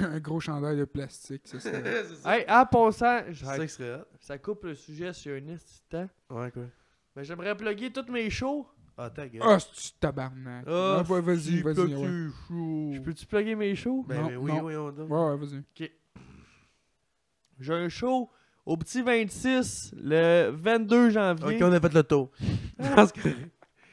Speaker 3: un gros chandail de plastique, c'est ça.
Speaker 1: c'est ça.
Speaker 2: Hey, en passant,
Speaker 1: C'est ça qui serait hot.
Speaker 2: ça coupe le sujet sur un instant.
Speaker 1: Ouais, quoi.
Speaker 2: Mais j'aimerais plugger toutes mes shows.
Speaker 1: Ah, ta gueule.
Speaker 3: Ah, c'est du tabarnak.
Speaker 1: Ah,
Speaker 3: Ah, ouais, vas-y,
Speaker 1: si,
Speaker 3: vas-y.
Speaker 1: petit
Speaker 3: Ouais.
Speaker 1: chou.
Speaker 2: Je peux-tu plugger mes shows?
Speaker 1: Ben,
Speaker 3: Non,
Speaker 1: ben oui,
Speaker 3: non.
Speaker 1: voyons donc.
Speaker 3: ouais, ouais, vas-y.
Speaker 2: J'ai un show au petit 26 le 22 janvier.
Speaker 1: Ok, on a fait le tour. Je pense que.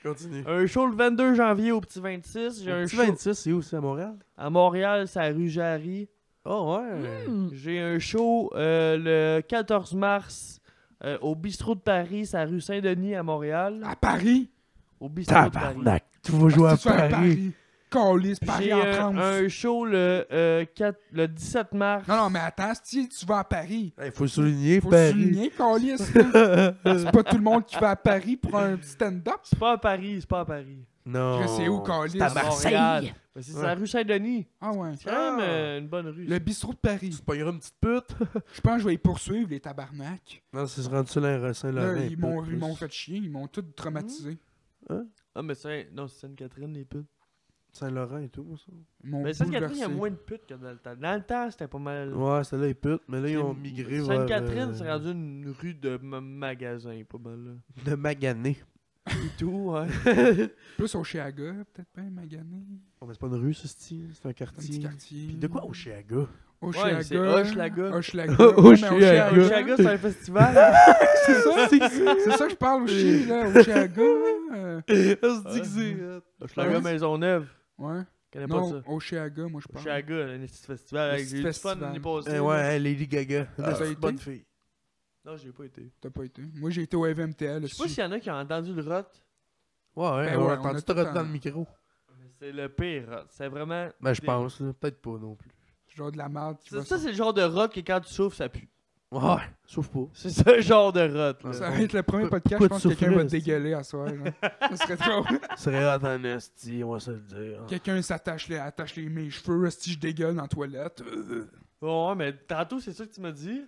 Speaker 1: Continue.
Speaker 2: Un show le 22 janvier au petit 26. J'ai
Speaker 1: Le
Speaker 2: un
Speaker 1: petit
Speaker 2: show
Speaker 1: 26, c'est où? C'est à Montréal?
Speaker 2: à Montréal, c'est à rue Jarry.
Speaker 1: Oh, ouais.
Speaker 2: J'ai un show euh, le 14 mars euh, au bistrot de Paris, c'est à rue Saint-Denis à Montréal.
Speaker 3: À Paris?
Speaker 2: Au bistrot de Paris.
Speaker 1: Tabarnak. Tu vas jouer à
Speaker 3: Ah, c'est-tu
Speaker 1: Paris.
Speaker 3: Calisse, Paris
Speaker 2: J'ai
Speaker 3: en
Speaker 2: euh,
Speaker 3: France.
Speaker 2: un show le, euh, 4 le 17 mars.
Speaker 3: Non, non, mais attends, si tu vas à Paris,
Speaker 1: Il faut le souligner,
Speaker 3: faut
Speaker 1: Paris.
Speaker 3: souligner, Calisse. là. c'est pas tout le monde qui va à Paris pour un petit stand-up.
Speaker 2: C'est pas à Paris, c'est pas à Paris.
Speaker 1: Non.
Speaker 3: Chris, c'est où, Calisse?
Speaker 1: Oh, C'est à Marseille.
Speaker 2: Montréal. Ben, C'est sur la
Speaker 1: Ouais.
Speaker 2: rue Saint-Denis.
Speaker 3: Ah ouais.
Speaker 2: C'est quand même
Speaker 1: Ah.
Speaker 2: euh, une bonne rue.
Speaker 3: Le bistrot de Paris.
Speaker 1: Tu te pogneras une petite pute.
Speaker 3: Je pense que je vais y poursuivre, les tabarnak.
Speaker 1: Non, c'est se rendre sur la Saint-Laurent.
Speaker 3: Là,
Speaker 1: un
Speaker 3: ils
Speaker 1: peu
Speaker 3: m'ont
Speaker 1: plus.
Speaker 3: ils m'ont fait chier, ils m'ont tout traumatisé.
Speaker 2: Ah, mais c'est. Non, c'est Sainte-Catherine, les putes.
Speaker 1: Saint-Laurent et tout, moi, ça.
Speaker 3: Ils m'ont
Speaker 2: Mais Sainte-Catherine, il y a
Speaker 3: bouleversé.
Speaker 2: moins de putes que dans le temps. Dans le temps, c'était pas mal.
Speaker 1: Ouais, c'est là les putes, mais là, ils ont migré vers.
Speaker 2: Sainte-Catherine,
Speaker 1: euh,
Speaker 2: c'est rendu une rue de ma- magasin, pas mal là.
Speaker 1: De Magané.
Speaker 2: Et tout, ouais.
Speaker 3: Plus au Chiaga, peut-être pas, Magané.
Speaker 1: Oh, mais c'est pas une rue, ce style. C'est un
Speaker 3: Un
Speaker 1: quartier.
Speaker 3: petit quartier. Ah,
Speaker 1: Puis de quoi Oshiaga
Speaker 3: Hochelaga.
Speaker 2: Ouais, c'est Hochelaga.
Speaker 3: Hochelaga.
Speaker 1: Hochelaga.
Speaker 3: Ouais, mais Hochelaga.
Speaker 2: Hochelaga, c'est un festival.
Speaker 3: C'est ça, c'est ça que je parle au chien, là, au Chiaga. euh,
Speaker 1: se
Speaker 2: dit que
Speaker 1: c'est.
Speaker 2: Hochelaga
Speaker 3: Ouais.
Speaker 2: Maisonneuve.
Speaker 3: Ouais.
Speaker 2: Je connais pas ça.
Speaker 3: Non, au Chiaga, moi je parle.
Speaker 2: Hochelaga, un petit festival.
Speaker 3: Un
Speaker 2: avec- J'ai eu du
Speaker 3: petit
Speaker 2: fun
Speaker 3: festival.
Speaker 2: l'année passée.
Speaker 1: Eh
Speaker 2: là.
Speaker 1: ouais, hey, Lady Gaga.
Speaker 3: Ah. Ça a
Speaker 1: C'est
Speaker 3: été?
Speaker 1: une bonne fille.
Speaker 2: Non, j'ai pas été.
Speaker 3: T'as pas été. Moi j'ai été au FMTL.
Speaker 2: Je sais pas
Speaker 3: aussi.
Speaker 2: s'il y en a qui ont entendu le rot.
Speaker 1: Ouais, ouais,
Speaker 3: Ben
Speaker 1: on a
Speaker 3: ouais, on a
Speaker 1: entendu
Speaker 3: tout
Speaker 1: te
Speaker 3: en-
Speaker 1: dans le micro.
Speaker 2: C'est le pire rot. C'est vraiment.
Speaker 1: Ben, je pense, là. peut-être pas non plus.
Speaker 3: C'est genre de la merde qui
Speaker 2: Ça,
Speaker 3: va
Speaker 2: ça, c'est le genre de rot que quand tu souffles, ça pue.
Speaker 1: Ouais, sauf pas.
Speaker 2: C'est ce genre de rot.
Speaker 3: sortir.
Speaker 2: là.
Speaker 3: Ça va être le premier
Speaker 1: Pourquoi
Speaker 3: podcast,
Speaker 1: tu
Speaker 3: je pense que quelqu'un
Speaker 1: souffles,
Speaker 3: va
Speaker 1: là, c'est-
Speaker 3: dégueuler à soir. genre. Ça serait trop.
Speaker 1: Serait hot en esti, on va se le dire.
Speaker 3: Quelqu'un s'attache les, attache les mes cheveux, si je dégueule dans la toilette. Euh,
Speaker 2: Bon, ouais, mais tantôt, c'est ça que tu m'as dit.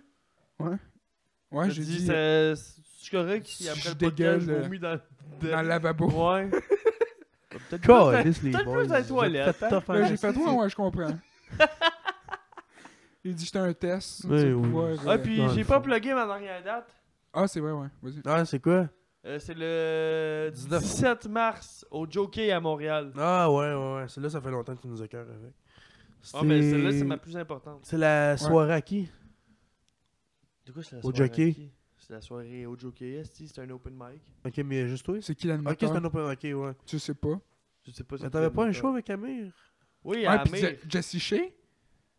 Speaker 3: Ouais,
Speaker 2: Tu
Speaker 3: j'ai
Speaker 2: as dit.
Speaker 3: dit euh,
Speaker 2: c'est- C'est correct si
Speaker 3: si
Speaker 2: après
Speaker 3: je
Speaker 2: le podcast, je
Speaker 3: dégueule, euh,
Speaker 2: vomis dans
Speaker 3: dans le lavabo.
Speaker 2: Ouais. Peut-être plus-
Speaker 1: Calisse, les
Speaker 2: peut-être
Speaker 1: boys,
Speaker 2: plus dans les
Speaker 1: vous
Speaker 2: toilettes,
Speaker 1: êtes fait
Speaker 2: hein.
Speaker 1: tough en
Speaker 3: Là, Ben, j'ai
Speaker 1: esti.
Speaker 3: fait ouais, ouais, je comprends. Il dit j'étais un test. tu
Speaker 1: Ouais,
Speaker 3: sais,
Speaker 1: oui.
Speaker 3: pour voir,
Speaker 2: Ah,
Speaker 3: euh,
Speaker 1: Dans
Speaker 2: puis
Speaker 1: le
Speaker 2: j'ai pas
Speaker 1: fond.
Speaker 2: plugué ma dernière date.
Speaker 3: Ah, c'est vrai, ouais. Vas-y.
Speaker 1: Ah, c'est quoi?
Speaker 2: Euh, c'est le
Speaker 1: 19.
Speaker 2: 17 mars au Jockey à Montréal.
Speaker 1: Ah, ouais, ouais, ouais. Celle-là, ça fait longtemps que tu nous écœures avec.
Speaker 2: Ah, mais
Speaker 1: C'est-
Speaker 2: celle-là, c'est ma plus importante.
Speaker 1: C'est la soirée à qui?
Speaker 2: Du coup, c'est la
Speaker 1: Au
Speaker 2: soirée
Speaker 1: Jockey?
Speaker 2: à qui? C'est la soirée au Jockey. esti, C'est un open mic.
Speaker 1: Ok, mais juste toi?
Speaker 3: C'est qui
Speaker 1: Ok, c'est
Speaker 3: l'animateur
Speaker 1: un open, ok, ouais.
Speaker 3: Tu sais pas.
Speaker 2: Je sais pas si
Speaker 1: Mais
Speaker 2: tu
Speaker 1: t'avais
Speaker 2: connais
Speaker 1: pas un
Speaker 2: ça.
Speaker 1: show avec Amir?
Speaker 2: Oui,
Speaker 3: Ouais, Ah, puis
Speaker 2: Amir.
Speaker 3: Je- Jesse Shea,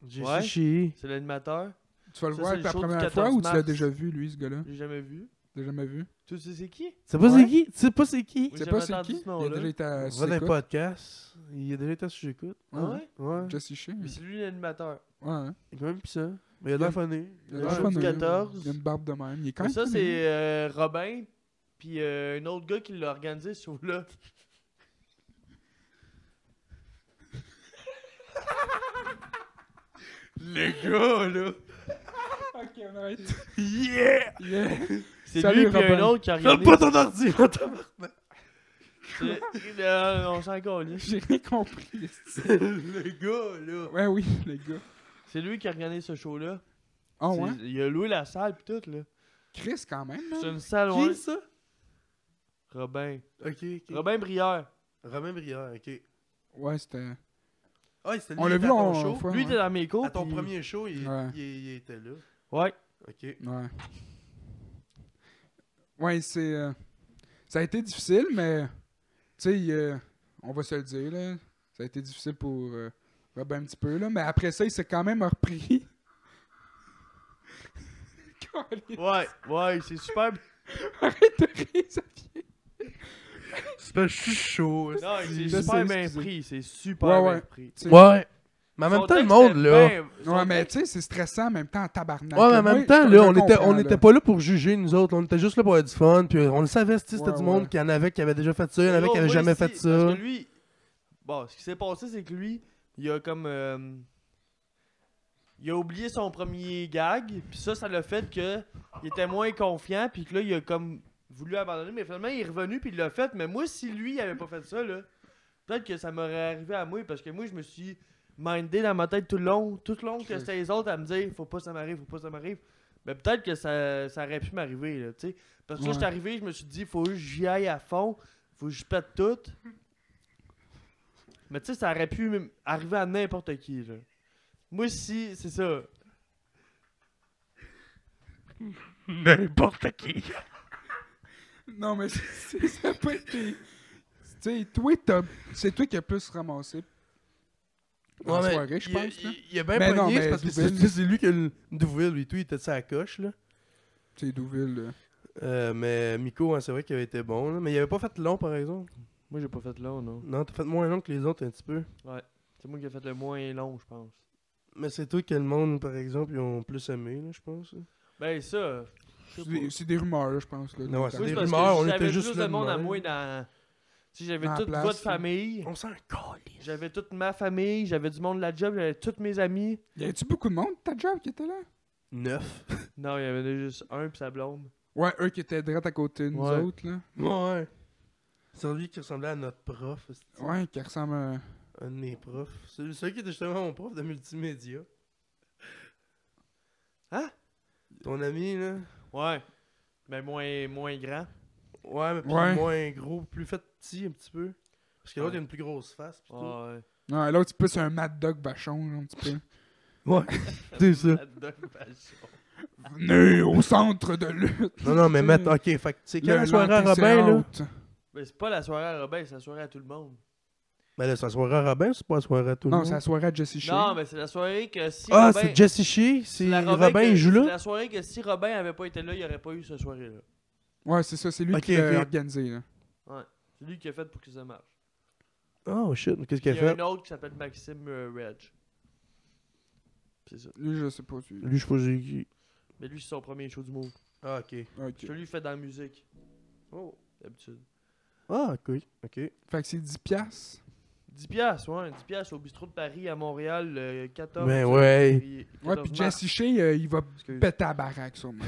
Speaker 1: J'ai
Speaker 2: Ouais.
Speaker 1: chié.
Speaker 2: C'est l'animateur.
Speaker 3: tu vas le
Speaker 2: Ça,
Speaker 3: voir
Speaker 2: c'est le
Speaker 3: pour la
Speaker 2: show du
Speaker 3: première
Speaker 2: 14
Speaker 3: fois ou tu l'as
Speaker 2: mars.
Speaker 3: déjà vu, lui, ce gars-là
Speaker 2: J'ai jamais vu.
Speaker 3: T'as jamais vu
Speaker 2: Tu sais c'est qui?
Speaker 1: Tu sais pas
Speaker 3: Ouais. Euh,
Speaker 1: c'est qui? Tu sais pas c'est qui?
Speaker 2: Oui,
Speaker 3: Tu sais
Speaker 2: j'avais
Speaker 3: pas c'est
Speaker 2: entendu
Speaker 3: qui
Speaker 2: ce
Speaker 3: Il
Speaker 2: nom-là.
Speaker 3: a déjà été à
Speaker 1: On va dans les
Speaker 3: Suécoute.
Speaker 1: podcasts. Il a déjà été sur J'écoute.
Speaker 2: Ah ouais?
Speaker 1: Ouais.
Speaker 3: Jesse Shea.
Speaker 2: Mais c'est lui l'animateur.
Speaker 3: Ouais, hein.
Speaker 1: Il est quand même puissant. Mais il a de la
Speaker 3: Il-
Speaker 1: funny.
Speaker 3: Il a
Speaker 2: Ouais,
Speaker 3: l'air
Speaker 2: du
Speaker 3: fun, euh,
Speaker 2: 14.
Speaker 3: Il a une barbe de même. Il est quand
Speaker 2: Mais
Speaker 3: même.
Speaker 2: ça,
Speaker 3: cool,
Speaker 2: c'est euh, Robin, puis euh, un autre gars qui l'a organisé, ce show-là. Les gars, là!
Speaker 3: hein. Ok, on arrête.
Speaker 1: Yeah!
Speaker 3: Yeah.
Speaker 2: C'est
Speaker 3: Salut,
Speaker 2: lui puis un
Speaker 3: Robin.
Speaker 2: autre qui a
Speaker 1: Ferme
Speaker 2: organisé.
Speaker 1: pas ton ordi! attends.
Speaker 2: C'est- Euh, on s'en calisse.
Speaker 3: J'ai rien compris.
Speaker 2: Le gars, là!
Speaker 3: Ouais, oui, les gars.
Speaker 2: C'est lui qui a organisé ce show-là.
Speaker 3: Ah
Speaker 2: C'est-
Speaker 3: ouais
Speaker 2: Il a loué la salle pis tout, là.
Speaker 3: Chris, quand même. hein?
Speaker 2: C'est
Speaker 3: man.
Speaker 2: une salle, ouais.
Speaker 1: Qui ça?
Speaker 2: Robin.
Speaker 1: Ok, ok.
Speaker 2: Robin Brière.
Speaker 1: Robin Brière, ok.
Speaker 3: Ouais, c'était.
Speaker 1: Ah, c'était lui
Speaker 3: On
Speaker 1: qui
Speaker 3: l'a
Speaker 1: était
Speaker 3: vu
Speaker 1: à
Speaker 3: en
Speaker 1: ton show.
Speaker 3: fois.
Speaker 2: Lui,
Speaker 3: ouais.
Speaker 2: était dans mes cours.
Speaker 1: À ton
Speaker 2: puis-
Speaker 1: premier show, il,
Speaker 3: Ouais.
Speaker 1: il- il était là.
Speaker 2: Ouais.
Speaker 1: Ok.
Speaker 3: Ouais. Ouais, c'est. euh, Ça a été difficile, mais. Tu sais, il, euh, on va se le dire, là. Ça a été difficile pour euh, Robin un petit peu, là. Mais après ça, il s'est quand même repris. Colin,
Speaker 2: Ouais, ouais, c'est super.
Speaker 3: Arrête de rire, ça vient.
Speaker 1: C'est parce que je suis chaud.
Speaker 2: Non, c'est
Speaker 3: Je
Speaker 2: super
Speaker 3: sais,
Speaker 2: bien
Speaker 3: excusez.
Speaker 2: pris. C'est super
Speaker 3: Ouais,
Speaker 2: bien
Speaker 3: ouais.
Speaker 2: pris.
Speaker 3: Tu sais,
Speaker 1: Ouais. Mais en même
Speaker 2: Son
Speaker 1: temps, le
Speaker 2: texte
Speaker 1: monde,
Speaker 2: était
Speaker 1: là.
Speaker 2: bien- son
Speaker 3: Ouais, mais
Speaker 2: texte-
Speaker 3: tu sais, c'est stressant en même temps en tabarnak.
Speaker 1: Ouais, mais en
Speaker 3: Moi,
Speaker 1: même temps,
Speaker 3: je-
Speaker 1: là,
Speaker 3: je
Speaker 1: on était,
Speaker 3: comprends,
Speaker 1: on
Speaker 3: là.
Speaker 1: n'était pas là pour juger, nous autres. On était juste là pour avoir du fun. Puis on le savait, si c'était
Speaker 3: Ouais,
Speaker 1: du monde
Speaker 3: ouais.
Speaker 1: qui en avait, qui avait déjà fait ça, il y en avait
Speaker 2: Yo,
Speaker 1: qui avait
Speaker 2: moi,
Speaker 1: jamais
Speaker 2: ici,
Speaker 1: fait ça.
Speaker 2: Parce que lui. Bon, ce qui s'est passé, c'est que lui, il a comme. euh, Il a oublié son premier gag, puis ça, ça l'a fait que il était moins confiant, puis que là, il a comme voulu abandonner, mais finalement, il est revenu, puis il l'a fait. Mais moi, si lui, il avait pas fait ça, là, peut-être que ça m'aurait arrivé à moi, parce que moi, je me suis mindé dans ma tête tout le long, tout le long que c'était les autres à me dire, faut pas que ça m'arrive, faut pas que ça m'arrive. Mais peut-être que ça, ça aurait pu m'arriver, là, tu sais. Parce que là,
Speaker 3: Ouais.
Speaker 2: j'étais arrivé, je me suis dit, faut que j'y aille à fond, faut que je pète tout. Mais tu sais, ça aurait pu m- arriver à n'importe qui, là. Moi, si, c'est ça.
Speaker 1: N'importe qui.
Speaker 3: Non, mais c'est- c'est- ça peut être. Tu sais, toi, t'as- c'est toi qui as plus ramassé. En
Speaker 1: Ouais, mais
Speaker 3: soirée, je
Speaker 1: il a-
Speaker 3: pense. là.
Speaker 1: Il, il a bien
Speaker 3: Mais non,
Speaker 1: pogné, c'est
Speaker 3: mais
Speaker 1: parce que
Speaker 3: Douville.
Speaker 1: c'est c'est lui que le Douville, lui, tout, il était de sa coche, là.
Speaker 3: C'est Douville, là.
Speaker 1: Euh, mais Miko, hein, c'est vrai qu'il avait été bon, là. Mais il avait pas fait long, par exemple.
Speaker 2: Moi, j'ai pas fait long, non.
Speaker 1: Non, t'as fait moins long que les autres, un petit peu.
Speaker 2: C'est moi qui ai fait le moins long, je pense.
Speaker 1: Mais c'est toi que le monde, par exemple, ils ont plus aimé, là, je pense. là.
Speaker 2: Ben, ça. je
Speaker 3: C'est
Speaker 2: sais
Speaker 3: des-
Speaker 2: pas.
Speaker 3: C'est des rumeurs, là, je pense. Là,
Speaker 1: Ouais,
Speaker 3: dans le
Speaker 1: c'est
Speaker 3: temps.
Speaker 2: Oui,
Speaker 1: des
Speaker 2: parce que
Speaker 1: rumeurs, on
Speaker 2: j'avais
Speaker 1: était juste
Speaker 2: plus
Speaker 1: là
Speaker 2: de
Speaker 1: de
Speaker 2: monde à
Speaker 1: même.
Speaker 2: moi dans. Si j'avais
Speaker 3: Dans la
Speaker 2: toute
Speaker 3: place,
Speaker 2: votre
Speaker 3: là.
Speaker 2: famille,
Speaker 1: On s'en calisse.
Speaker 2: j'avais toute ma famille, j'avais du monde de la job, j'avais tous mes amis.
Speaker 3: Y avait-tu beaucoup de monde, ta job, qui était là?
Speaker 1: Neuf.
Speaker 2: Non, il y en avait juste un pis sa blonde.
Speaker 3: Ouais, eux qui étaient direct à côté de nous
Speaker 2: Ouais.
Speaker 3: autres, là.
Speaker 1: Ouais. C'est lui qui ressemblait à notre prof. c'est-
Speaker 3: Ouais, qui ressemble à...
Speaker 1: Un de mes profs. Celui, celui qui était justement mon prof de multimédia.
Speaker 2: Hein?
Speaker 1: Ton ami, là.
Speaker 2: Ouais. Mais moins, moins grand.
Speaker 1: Ouais, mais plus
Speaker 3: Ouais.
Speaker 1: moins gros, plus fait petit un petit peu. Parce que l'autre, Ah. il
Speaker 2: Ouais.
Speaker 1: a une plus grosse face. pis tout.
Speaker 2: Ah, Ouais.
Speaker 3: Non, l'autre, c'est plus un Mad Dog Bachon, là, un petit peu.
Speaker 1: Ouais, c'est ça.
Speaker 3: Venez au centre de lutte.
Speaker 1: Non, non, mais maintenant, ok, fait que, tu sais, quand la
Speaker 3: Le
Speaker 1: soirée à Robin, là.
Speaker 3: l'antécéante.
Speaker 2: Mais c'est pas la soirée à Robin, c'est la soirée à tout le monde.
Speaker 1: Ben là, c'est la soirée à Robin ou c'est pas la soirée à tout le
Speaker 3: Non,
Speaker 1: monde?
Speaker 3: c'est la soirée à Jesse Shea.
Speaker 2: Non, mais c'est la soirée que si
Speaker 1: Ah,
Speaker 2: Robin...
Speaker 1: c'est Jesse Shea, c'est
Speaker 2: la
Speaker 1: Robin,
Speaker 2: que-
Speaker 1: il joue
Speaker 2: c'est
Speaker 1: là?
Speaker 2: la soirée que si Robin avait pas été là, il aurait pas eu ce soirée-là.
Speaker 3: Ouais, c'est ça, c'est lui
Speaker 1: Ok,
Speaker 3: qui l'a
Speaker 1: ok.
Speaker 3: organisé. Là.
Speaker 2: C'est lui qui a fait pour que ça marche.
Speaker 1: Oh shit, mais qu'est-ce
Speaker 2: Il
Speaker 1: qu'il
Speaker 2: y
Speaker 1: a
Speaker 2: a
Speaker 1: fait?
Speaker 2: un autre qui s'appelle Maxime euh, Reg. C'est ça.
Speaker 3: Lui, je sais pas. Tu...
Speaker 1: Lui, je sais pas, j'ai qui.
Speaker 2: Mais lui, c'est son premier show du move.
Speaker 1: Ah, ok.
Speaker 3: Ok.
Speaker 2: Celui fait dans la musique. Oh, d'habitude.
Speaker 1: Ah, ok. Ok.
Speaker 3: Fait que c'est 10 piastres.
Speaker 2: 10 piastres, ouais, 10 piastres au bistrot de Paris à Montréal euh, le 14
Speaker 1: Ben ouais.
Speaker 2: février-
Speaker 3: Ouais,
Speaker 2: 14
Speaker 3: puis
Speaker 2: mars.
Speaker 3: Jesse Shea, euh, il va
Speaker 2: Excuse.
Speaker 3: péter la baraque, sûrement.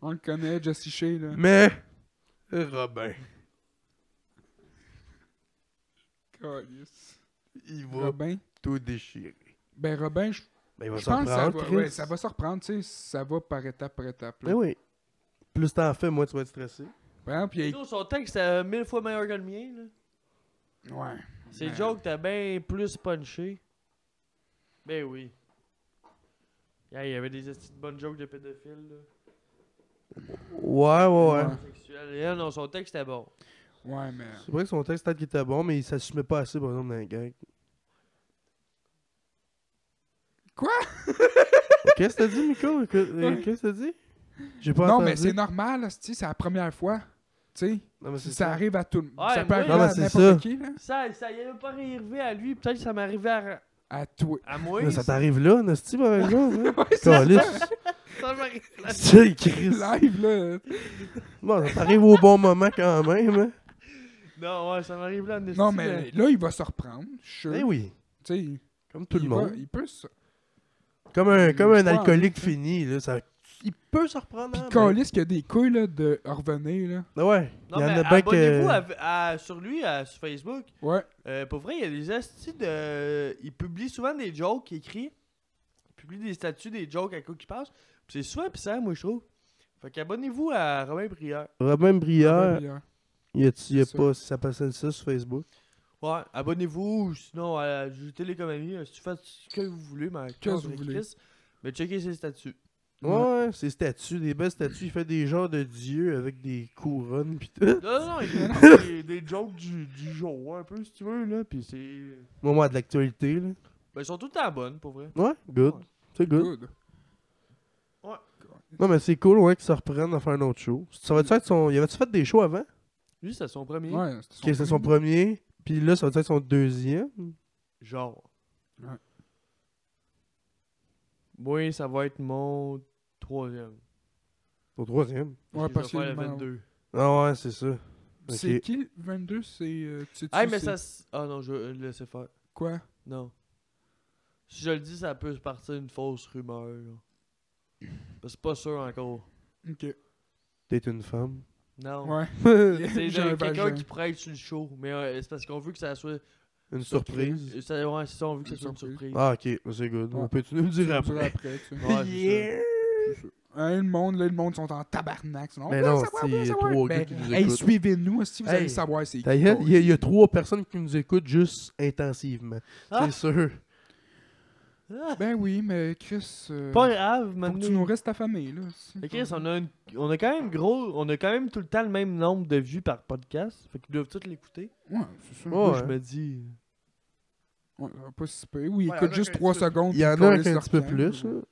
Speaker 3: On le connaît, Jesse Shea, là.
Speaker 1: Mais. Robin.
Speaker 3: Câlisse.
Speaker 1: Il va
Speaker 3: Robin.
Speaker 1: tout déchirer.
Speaker 3: Ben, Robin, je
Speaker 1: Ben, il va
Speaker 3: je
Speaker 1: s'en
Speaker 3: pense que ça va,
Speaker 1: prendre.
Speaker 3: ouais, ça va se reprendre, tu sais. Ça va par étape, par étape. là.
Speaker 1: Ben oui. Plus t'en fais, moins tu vas être stressé.
Speaker 3: Par exemple, il y a-
Speaker 2: Yo, son texte est mille fois meilleur que le mien. Là.
Speaker 3: Ouais.
Speaker 2: C'est
Speaker 3: Ben-
Speaker 2: joke, t'as bien plus punché. Ben oui. Yeah, il y avait des esti de bonnes jokes de pédophiles. Là.
Speaker 1: Ouais, ouais, ouais.
Speaker 3: Ouais.
Speaker 2: Sexuels. Et, ah non, son texte était bon.
Speaker 3: Ouais, mais.
Speaker 1: C'est vrai que son texte, peut-être qu'il était bon, mais il s'assumait pas assez, par exemple, dans les gags.
Speaker 3: Quoi?
Speaker 1: Qu'est-ce que t'as dit, Nico? Que- euh,
Speaker 3: Ouais.
Speaker 1: Qu'est-ce que t'as dit? J'ai pas
Speaker 3: non,
Speaker 1: entendu.
Speaker 3: mais c'est normal, tu c'est la première fois. Tu
Speaker 1: Non, mais
Speaker 3: sais,
Speaker 1: c'est
Speaker 3: ça
Speaker 1: ça.
Speaker 3: arrive à tout le monde.
Speaker 2: Ouais,
Speaker 3: ça peut
Speaker 2: moi-
Speaker 3: arriver
Speaker 1: Non, mais
Speaker 3: à
Speaker 1: c'est
Speaker 3: n'importe
Speaker 1: ça.
Speaker 3: qui, là.
Speaker 2: Ça, ça y est pas arrivé à lui. Peut-être que ça m'est arrivé à,
Speaker 3: À toi.
Speaker 2: à moi.
Speaker 1: Mais ça t'arrive là, Nasty, par exemple. hein?
Speaker 3: Ouais, ça,
Speaker 1: Calisse.
Speaker 2: Ça m'arrive là.
Speaker 1: C'est le Christ.
Speaker 3: live, là.
Speaker 1: Bon, ça t'arrive au bon moment quand même. Hein?
Speaker 2: Non, ouais, ça m'arrive là. en esti,
Speaker 3: Non, mais là, il va se reprendre. Je suis sûr.
Speaker 1: Eh oui,
Speaker 3: Tu sais,
Speaker 1: comme tout
Speaker 3: il
Speaker 1: le
Speaker 3: va-
Speaker 1: monde.
Speaker 3: il peut se.
Speaker 1: Comme un,
Speaker 3: il-
Speaker 1: comme
Speaker 3: il
Speaker 1: un
Speaker 3: croit en
Speaker 1: alcoolique
Speaker 3: lui,
Speaker 1: fini, là, ça... il peut se reprendre.
Speaker 3: Pis
Speaker 1: hein, mais-
Speaker 3: Calis, qu'il y a des couilles, là, de revenir, là.
Speaker 1: Ah Ouais, il
Speaker 2: Non,
Speaker 1: y en
Speaker 2: mais
Speaker 1: a bien
Speaker 2: abonnez-vous
Speaker 1: que...
Speaker 2: à- à- sur lui, à- sur Facebook.
Speaker 3: Ouais.
Speaker 2: Euh, pour vrai, il y a des astuces de. Il publie souvent des jokes qu'il écrit. Il publie des statuts, des jokes à quoi qu'il passe. Puis c'est souvent ça, moi, je trouve. Fait qu'abonnez-vous à Robin Prieur.
Speaker 1: Robin Brière,
Speaker 3: Robin Brière.
Speaker 1: il y a, il y a
Speaker 3: C'est
Speaker 1: pas, ça passait ça sur Facebook.
Speaker 2: Ouais, abonnez-vous, ou sinon à Jus Télécomanie. euh, Si tu fais ce que vous voulez, mais
Speaker 3: que vous
Speaker 2: qu'est-ce que vous
Speaker 3: voulez.
Speaker 2: voulez. Mais checkez ses statuts.
Speaker 1: Ouais,
Speaker 3: Ouais.
Speaker 1: ouais, ses statues, des belles statues, il fait des genres de dieux avec des couronnes pis tout.
Speaker 2: Non, non, non, il fait des, des jokes du, du jour, un peu, si tu veux, là. Puis c'est.
Speaker 1: Moment de l'actualité, là.
Speaker 2: Ben, ils sont tout le temps bonnes, pour vrai.
Speaker 1: Ouais, good.
Speaker 2: Ouais.
Speaker 1: C'est good.
Speaker 3: Good.
Speaker 2: Ouais.
Speaker 1: Non, mais c'est cool, ouais, qu'ils se reprennent à faire un autre show. Ça va-tu être son... Il avait-tu fait des shows avant?
Speaker 2: Lui, c'est son premier.
Speaker 3: Ouais,
Speaker 1: Ok, c'est son premier, puis là, ça va être son deuxième.
Speaker 2: Genre.
Speaker 3: Ouais.
Speaker 2: Oui, ça va être mon troisième.
Speaker 1: Son troisième.
Speaker 3: Ouais, parce
Speaker 2: que je vais faire le
Speaker 3: que. ben,
Speaker 2: 22.
Speaker 1: Ah ouais, c'est ça. Ok.
Speaker 3: C'est qui le 22 C'est. euh, tu sais,
Speaker 2: Ah,
Speaker 3: tu
Speaker 2: mais
Speaker 3: sais
Speaker 2: ça. s- Ah non, je vais le laisser faire.
Speaker 3: Quoi
Speaker 2: Non. Si je le dis, ça peut se partir une fausse rumeur. là. Mais C'est pas sûr encore.
Speaker 3: Ok.
Speaker 1: T'es une femme.
Speaker 2: Non.
Speaker 3: Ouais.
Speaker 2: C'est
Speaker 3: J'ai
Speaker 2: de-
Speaker 3: un
Speaker 2: quelqu'un
Speaker 3: vagin.
Speaker 2: qui pourrait être sur le show. Mais euh, c'est parce qu'on veut que ça soit.
Speaker 1: Une surprise.
Speaker 2: euh, Ça, ouais, c'est ça, on veut que ça
Speaker 3: Une
Speaker 2: soit une surprise.
Speaker 3: surprise.
Speaker 1: Ah, ok, c'est good.
Speaker 3: Ouais.
Speaker 1: On peut-tu nous le
Speaker 3: Tu
Speaker 1: dire
Speaker 3: me diras
Speaker 1: après?
Speaker 3: après, tu sais.
Speaker 2: Ouais, c'est
Speaker 3: Hein, le monde, là, le monde sont en tabarnak. sinon, on
Speaker 1: Mais
Speaker 3: veut
Speaker 1: non,
Speaker 3: savoir,
Speaker 1: si,
Speaker 3: on veut
Speaker 1: il y a
Speaker 3: savoir.
Speaker 1: trois
Speaker 3: Ben,
Speaker 1: gars qui nous
Speaker 3: hey,
Speaker 1: écoutent.
Speaker 3: suivez-nous si vous
Speaker 1: Hey,
Speaker 3: allez savoir c'est qui.
Speaker 1: Ta gueule, Il y, a- il y a trois personnes qui nous écoutent juste intensivement.
Speaker 2: Ah!
Speaker 1: C'est sûr.
Speaker 2: ça.
Speaker 3: Ben oui, mais Chris, euh,
Speaker 2: Ah! Pas grave,
Speaker 3: faut que
Speaker 2: maintenant.
Speaker 3: tu nous restes ta famille, là. si.
Speaker 2: Mais
Speaker 1: Mhm.
Speaker 2: Chris, on a, une- on a quand même gros, on a quand même tout le temps le même nombre de vues par podcast. Fait qu'ils doivent tous l'écouter.
Speaker 3: Ouais, c'est ça.
Speaker 1: Ouais.
Speaker 2: Moi, je me dis.
Speaker 3: Ouais, ça va pas si peu. Oui,
Speaker 1: Ouais,
Speaker 3: écoute
Speaker 1: y'en a
Speaker 3: juste
Speaker 1: qu'un
Speaker 3: 3
Speaker 1: petit peu.
Speaker 3: secondes.
Speaker 1: Il y
Speaker 3: puis
Speaker 1: en a un
Speaker 3: Calis
Speaker 1: qui est un
Speaker 3: leur
Speaker 1: petit peu
Speaker 3: regarde.
Speaker 1: plus. hein.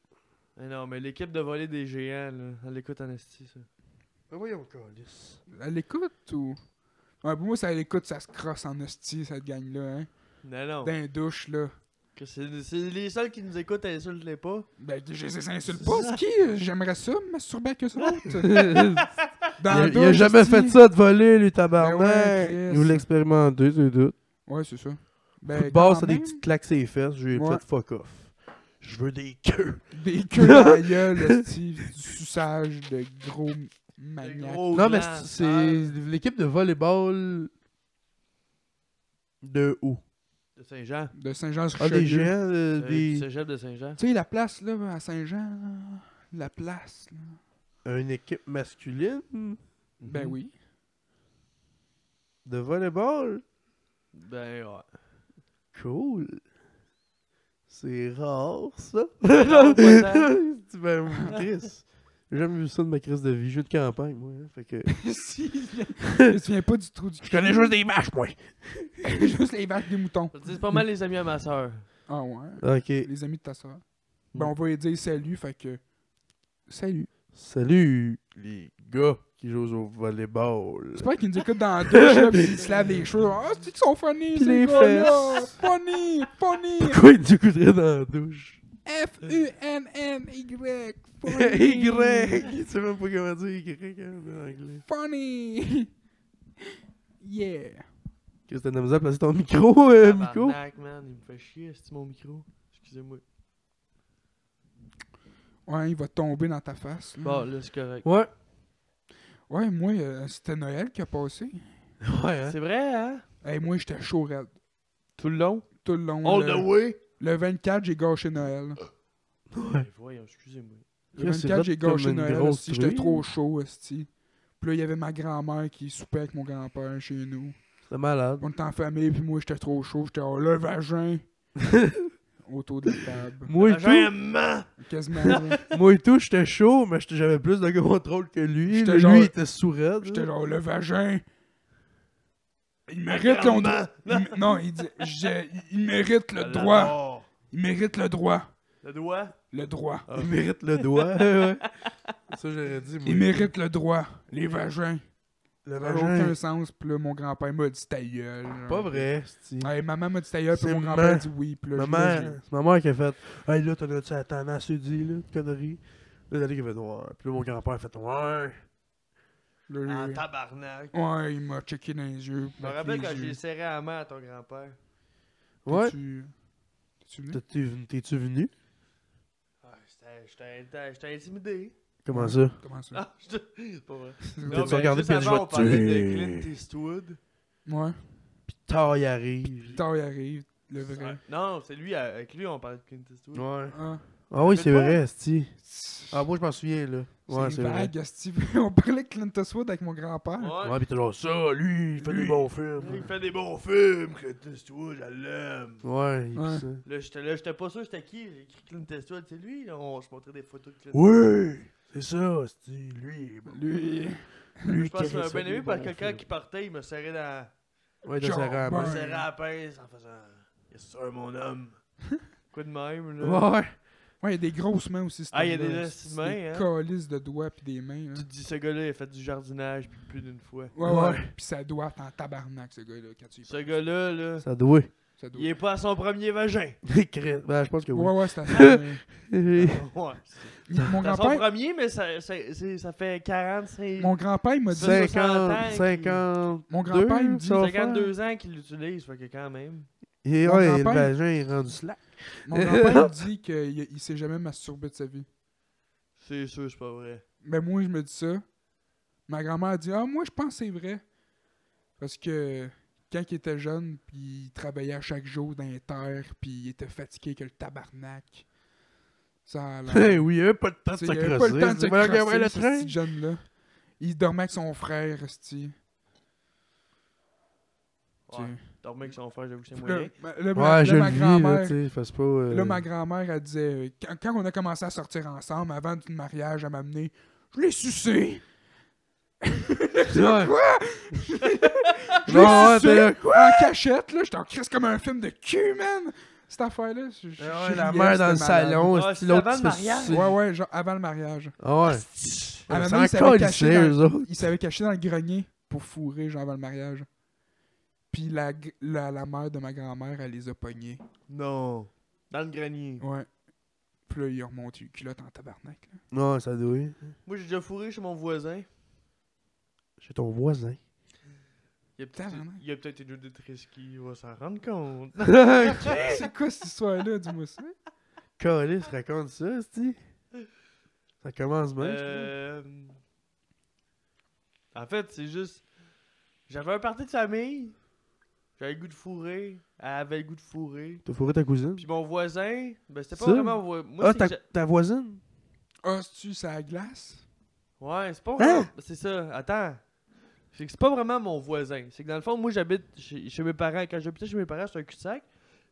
Speaker 2: Eh non, mais l'équipe de voler des géants, là, elle écoute en esti, ça.
Speaker 1: Ben,
Speaker 3: Elle écoute ou. Ouais, pour moi, ça elle écoute, ça se crosse en hostie, cette gang-là. Hein.
Speaker 2: Non, non.
Speaker 1: Ben-
Speaker 3: Dans les douches, là.
Speaker 2: Que C'est c'est les seuls qui nous écoutent, elles insultent-les pas.
Speaker 3: Ben, je les insulte pas, c'est qui euh, J'aimerais ça, me masturber que ça l'autre.
Speaker 1: Il
Speaker 3: Dans
Speaker 1: a,
Speaker 3: la
Speaker 1: il a
Speaker 3: douche,
Speaker 1: jamais
Speaker 3: hostie.
Speaker 1: fait ça de voler, les
Speaker 3: Ben
Speaker 1: tabarnak.
Speaker 3: ouais, Chris.
Speaker 1: Nous l'expérimentons, c'est tout.
Speaker 3: Ouais, c'est ça.
Speaker 1: Coup de
Speaker 3: Ben,
Speaker 1: barre,
Speaker 3: quand
Speaker 1: c'est des
Speaker 3: même,
Speaker 1: petites claques ses fesses. J'ai
Speaker 3: Ouais.
Speaker 1: fait fuck off. Je veux des queues.
Speaker 3: Des queues dans la gueule, hostie, du suçage de gros maniaques.
Speaker 2: gros
Speaker 1: Ben, non, mais
Speaker 2: blancs,
Speaker 1: c'est- c'est l'équipe de volleyball de où
Speaker 2: De Saint-Jean.
Speaker 3: De saint jean
Speaker 1: Ah, des gens,
Speaker 3: Tu
Speaker 1: euh,
Speaker 2: Euh, du
Speaker 1: des...
Speaker 2: cégep de Saint-Jean.
Speaker 3: sais, la place, là, à Saint-Jean, là, la place, là.
Speaker 1: une équipe masculine
Speaker 3: Ben
Speaker 2: Mhm.
Speaker 3: oui.
Speaker 1: de volleyball.
Speaker 2: Ben ouais.
Speaker 1: Cool. C'est rare, ça.
Speaker 2: Non, pas tant.
Speaker 1: Tu ben, oui, Chris. J'ai jamais vu ça de ma crise de vie. Jeu de campagne, moi. hein, Fait que...
Speaker 3: si, je me souviens pas du trou du
Speaker 1: Je connais juste des vaches, moi.
Speaker 3: Juste les vaches des moutons.
Speaker 2: Je veux dire,
Speaker 1: Mm.
Speaker 2: C'est pas mal les amis à ma soeur.
Speaker 3: Ah ouais.
Speaker 1: Ok.
Speaker 3: Les amis de ta soeur.
Speaker 2: Mm.
Speaker 3: Ben, on va lui dire salut, fait que. Salut.
Speaker 1: Salut, les gars qui jouent au volleyball.
Speaker 3: J'espère qu'ils nous écoutent dans la douche, là, pis ils se lavent les cheveux. Ah, c'est qu'ils sont funny,
Speaker 1: Pis
Speaker 3: ces
Speaker 1: les
Speaker 3: gars-là. Funny, funny.
Speaker 1: Pourquoi ils t'écouteraient dans la douche?
Speaker 3: F-U-N-N-Y.
Speaker 1: Y!
Speaker 3: Funny.
Speaker 1: Tu sais même pas comment dire Y hein, en anglais.
Speaker 3: Funny. Yeah.
Speaker 1: Qu'est-ce que t'as de la misère à placer ton micro, euh, Miko?
Speaker 2: Tabarnak, man, il me fait chier, c'est mon micro. Excusez-moi.
Speaker 3: Ouais, il va tomber dans ta face.
Speaker 1: Mm.
Speaker 3: là.
Speaker 2: Bon, là, c'est correct.
Speaker 1: Ouais.
Speaker 3: Ouais, moi, euh, c'était Noël qui a passé.
Speaker 1: Ouais, hein?
Speaker 2: C'est vrai, hein?
Speaker 3: Et moi, j'étais chaud raide.
Speaker 2: Tout le long?
Speaker 3: Tout le long.
Speaker 2: All
Speaker 3: le,
Speaker 2: the Oh, way?
Speaker 3: le 24, j'ai gâché Noël.
Speaker 2: Ouais, voyons, excusez-moi.
Speaker 3: Le
Speaker 1: Ah, Chris, c'est
Speaker 3: 24, j'ai
Speaker 1: hot comme
Speaker 3: gâché
Speaker 1: une
Speaker 3: Noël.
Speaker 1: grosse
Speaker 3: esti, J'étais
Speaker 1: truie.
Speaker 3: trop chaud, esti. Puis là, il y avait ma grand-mère qui soupait avec mon grand-père chez nous.
Speaker 1: C'est malade.
Speaker 3: On était en famille, puis moi, j'étais trop chaud. J'étais oh, le vagin autour de la table.
Speaker 1: Moi et tout,
Speaker 2: Vraiment!
Speaker 3: Quasiment. là.
Speaker 1: moi et tout, j'étais chaud, mais j'étais- j'avais plus de contrôle que lui.
Speaker 3: J'étais
Speaker 1: Lui,
Speaker 3: genre-
Speaker 1: il était sourd.
Speaker 3: J'étais genre, le vagin. Il mérite, là, on doit- il mé- Non, il dit, j'ai- il mérite le droit.
Speaker 2: Oh,
Speaker 3: Il mérite le droit.
Speaker 2: Le doigt?
Speaker 3: Le droit.
Speaker 1: Il mérite le doigt. ouais. Ça, j'aurais dit.
Speaker 3: Il
Speaker 1: moi.
Speaker 3: mérite le droit. Les vagins.
Speaker 1: le
Speaker 3: Ça n'a aucun
Speaker 1: vagin.
Speaker 3: sens. Puis là, mon grand-père m'a dit ta gueule. genre.
Speaker 1: Pas vrai, c'ti.
Speaker 3: Ouais, maman m'a dit ta gueule, puis
Speaker 1: C'est
Speaker 3: mon
Speaker 1: ma-
Speaker 3: grand-père dit oui. Puis là,
Speaker 1: Ma
Speaker 3: je- là,
Speaker 1: mère, c'est ma mère qui a fait Hey là, t'en as-tu t'en as assez dit, là, de conneries Là, Dali qui a fait Ouais. Puis là, mon grand-père a fait Ouais.
Speaker 3: j'ai- là,
Speaker 2: En
Speaker 3: j'ai-
Speaker 2: Ah, tabarnak.
Speaker 3: Ouais, il m'a checké dans les yeux.
Speaker 2: Je me rappelle quand j'ai serré la main à ton grand-père.
Speaker 1: Ouais.
Speaker 3: Tu... tu venu?
Speaker 1: T'es-tu venu- T'es-tu venu
Speaker 2: Ah, j'étais- j'étais- j'étais- J'étais intimidé.
Speaker 1: Comment ça
Speaker 3: Comment ça?
Speaker 2: Ah, j'étais- c'est pas vrai.
Speaker 1: T'as-tu
Speaker 2: Non, mais
Speaker 1: regardé
Speaker 2: juste
Speaker 1: puis elle dit,
Speaker 2: avant, on
Speaker 1: Je vais te
Speaker 2: parlait de
Speaker 1: tuer.
Speaker 2: Clint Eastwood.
Speaker 3: Ouais.
Speaker 1: Puis tard, il arrive.
Speaker 3: Tard, il arrive. Le vrai.
Speaker 2: Ouais. Non, c'est lui, euh, avec lui, on parlait de Clint Eastwood.
Speaker 1: Ouais.
Speaker 3: Ah.
Speaker 1: Ah oui,
Speaker 2: Mais
Speaker 1: c'est
Speaker 2: toi-
Speaker 1: vrai, c'ti. Ah, moi, je m'en souviens, là. Ouais, c'est vrai.
Speaker 3: vague, esti. On parlait de Clint Eastwood avec mon grand-père.
Speaker 2: Ouais.
Speaker 1: Ouais, pis t'es genre ça, lui, il fait
Speaker 3: Lui.
Speaker 1: des bons films.
Speaker 2: Il fait des bons films, Clint Eastwood, je l'aime.
Speaker 1: Ouais, il
Speaker 3: Ouais.
Speaker 1: dit ça.
Speaker 2: Là, j'étais là, j'étais pas sûr c'était qui. J'ai écrit Clint Eastwood, c'est lui. là, On se montrait des photos de Clint
Speaker 1: Oui, c'est ça, c'ti. Lui, il est bon.
Speaker 3: Lui,
Speaker 1: Lui,
Speaker 2: Je pense que
Speaker 1: Chris,
Speaker 2: je m'avais
Speaker 1: fait
Speaker 2: bien
Speaker 1: des
Speaker 2: aimé parce
Speaker 1: bons
Speaker 2: que quand
Speaker 1: films.
Speaker 2: il partait, il me serrait dans.
Speaker 1: Ouais, de
Speaker 3: Genre,
Speaker 1: sa
Speaker 2: Il
Speaker 1: rampe.
Speaker 2: me
Speaker 3: Ouais.
Speaker 2: serrait à la pince en faisant. Yes, sir, mon homme. Quoi de même, là?
Speaker 1: Ouais.
Speaker 3: Ouais, il y a des grosses mains aussi.
Speaker 2: Ah, il y a
Speaker 3: homme-là,
Speaker 2: des
Speaker 3: esti.
Speaker 2: grosses mains, hein.
Speaker 3: Des calices de doigts puis des mains. là.
Speaker 2: Tu te dis, ce gars-là, il a fait du jardinage puis plus d'une fois.
Speaker 3: Ouais,
Speaker 1: Ouais.
Speaker 3: ouais. Puis ça doit être en tabarnak, ce gars-là, quand tu y
Speaker 2: Ce
Speaker 3: penses.
Speaker 2: gars-là, là,
Speaker 1: Ça doit.
Speaker 3: Ça doit.
Speaker 2: il est pas à son premier vagin.
Speaker 1: Chris, ben, je pense que oui.
Speaker 3: Ouais, ouais, c'est assez.
Speaker 2: Ouais.
Speaker 3: Mon
Speaker 2: C'est à son
Speaker 3: grand-père,
Speaker 2: premier, mais ça, ça, c'est- ça fait 45.
Speaker 3: mon grand-père, il m'a dit.
Speaker 2: C'est- 60 ans
Speaker 1: 50,
Speaker 2: qu'il-
Speaker 1: 50.
Speaker 3: Mon grand-père, il me dit.
Speaker 1: ça va
Speaker 2: 52 ans qu'il l'utilise, fait que quand même.
Speaker 1: Et
Speaker 3: Mon
Speaker 1: ouais, le
Speaker 3: grand-père-
Speaker 1: vagin est rendu slack.
Speaker 3: Mon grand-père me dit qu'il il s'est jamais masturbé de sa vie.
Speaker 2: C'est sûr, c'est pas vrai.
Speaker 3: Mais moi, je me dis ça. Ma grand-mère dit Ah, moi, je pense que c'est vrai. Parce que quand il était jeune, puis il travaillait à chaque jour dans les terres, puis il était fatigué que le tabarnak. Ça a l'air.
Speaker 1: Eh oui, il n'y avait pas le temps de
Speaker 3: T'sais,
Speaker 1: se
Speaker 3: Il
Speaker 1: crosser.
Speaker 3: avait pas le temps de se
Speaker 1: C'est meilleur qu'après
Speaker 3: crosser,
Speaker 1: le
Speaker 3: ce
Speaker 1: train.
Speaker 3: petit jeune-là. Il dormait avec son frère, esti.
Speaker 2: Ouais.
Speaker 3: Tu-
Speaker 2: Dormir avec son frère, j'avoue que c'est
Speaker 3: Là,
Speaker 2: moyen.
Speaker 3: ma- là, ma-
Speaker 1: Ouais,
Speaker 3: là,
Speaker 1: je le
Speaker 3: ma
Speaker 1: vis, là,
Speaker 3: grand-mère...
Speaker 1: tu sais, fasse pas... euh,
Speaker 3: Là, ma grand-mère, elle disait, euh, quand, quand on a commencé à sortir ensemble, avant notre mariage, elle m'a amené, je l'ai sucé.
Speaker 1: Ouais.
Speaker 3: Je l'ai
Speaker 1: Non, Ah ouais,
Speaker 3: sucé
Speaker 1: t'es là,
Speaker 3: en cachette, là. J'étais en crise comme un film de cul, man. Cette affaire-là. je- je-
Speaker 1: Ah
Speaker 3: je
Speaker 1: ouais, la
Speaker 3: riais,
Speaker 1: mère dans le
Speaker 3: c'était malade.
Speaker 1: salon,
Speaker 2: Ah,
Speaker 1: est-ce que
Speaker 2: c'est
Speaker 1: l'autre se
Speaker 2: avant le
Speaker 1: fait
Speaker 2: mariage.
Speaker 1: sucer?
Speaker 3: Ouais, ouais, genre avant le mariage.
Speaker 1: Ah ouais.
Speaker 3: Ah,
Speaker 1: Ils
Speaker 3: maman,
Speaker 1: s'en
Speaker 3: ils savaient
Speaker 1: calissaient,
Speaker 3: cacher
Speaker 1: eux autres.
Speaker 3: Il s'avait caché dans le grenier pour fourrer, genre avant le mariage. Puis la, gr- la, la mère de ma grand-mère, elle les a pognés.
Speaker 2: Non. Dans le grenier.
Speaker 3: Ouais. Puis là, il a remonté le culotte en tabarnak. là.
Speaker 1: Non, ça doit.
Speaker 2: Moi, j'ai déjà fourré chez mon voisin.
Speaker 1: Chez ton voisin.
Speaker 2: Il a peut-être
Speaker 3: Tabarnak.
Speaker 2: il a peut-être été de trisky, il va s'en rendre compte.
Speaker 3: C'est quoi cette histoire-là, dis-moi ça?
Speaker 1: Calice raconte ça, c'ti. Ça commence bien. je
Speaker 2: Euh, En fait, c'est juste. J'avais un party de famille. J'avais le goût de fourrer. Elle avait le goût de fourrer.
Speaker 1: pense. T'as fourré ta cousine?
Speaker 2: Puis mon voisin, ben c'était pas
Speaker 1: Ça?
Speaker 2: vraiment. voi- Moi,
Speaker 1: Ah,
Speaker 2: c'est
Speaker 1: ta-
Speaker 2: que j'a-
Speaker 1: ta voisine?
Speaker 3: Ah, c'est-tu ça glace?
Speaker 2: Ouais, c'est pas
Speaker 1: Hein?
Speaker 2: vraiment. C'est ça, attends. C'est que c'est pas vraiment mon voisin. C'est que dans le fond, moi j'habite chez, chez mes parents. Quand j'habitais chez mes parents, c'est un cul-de-sac.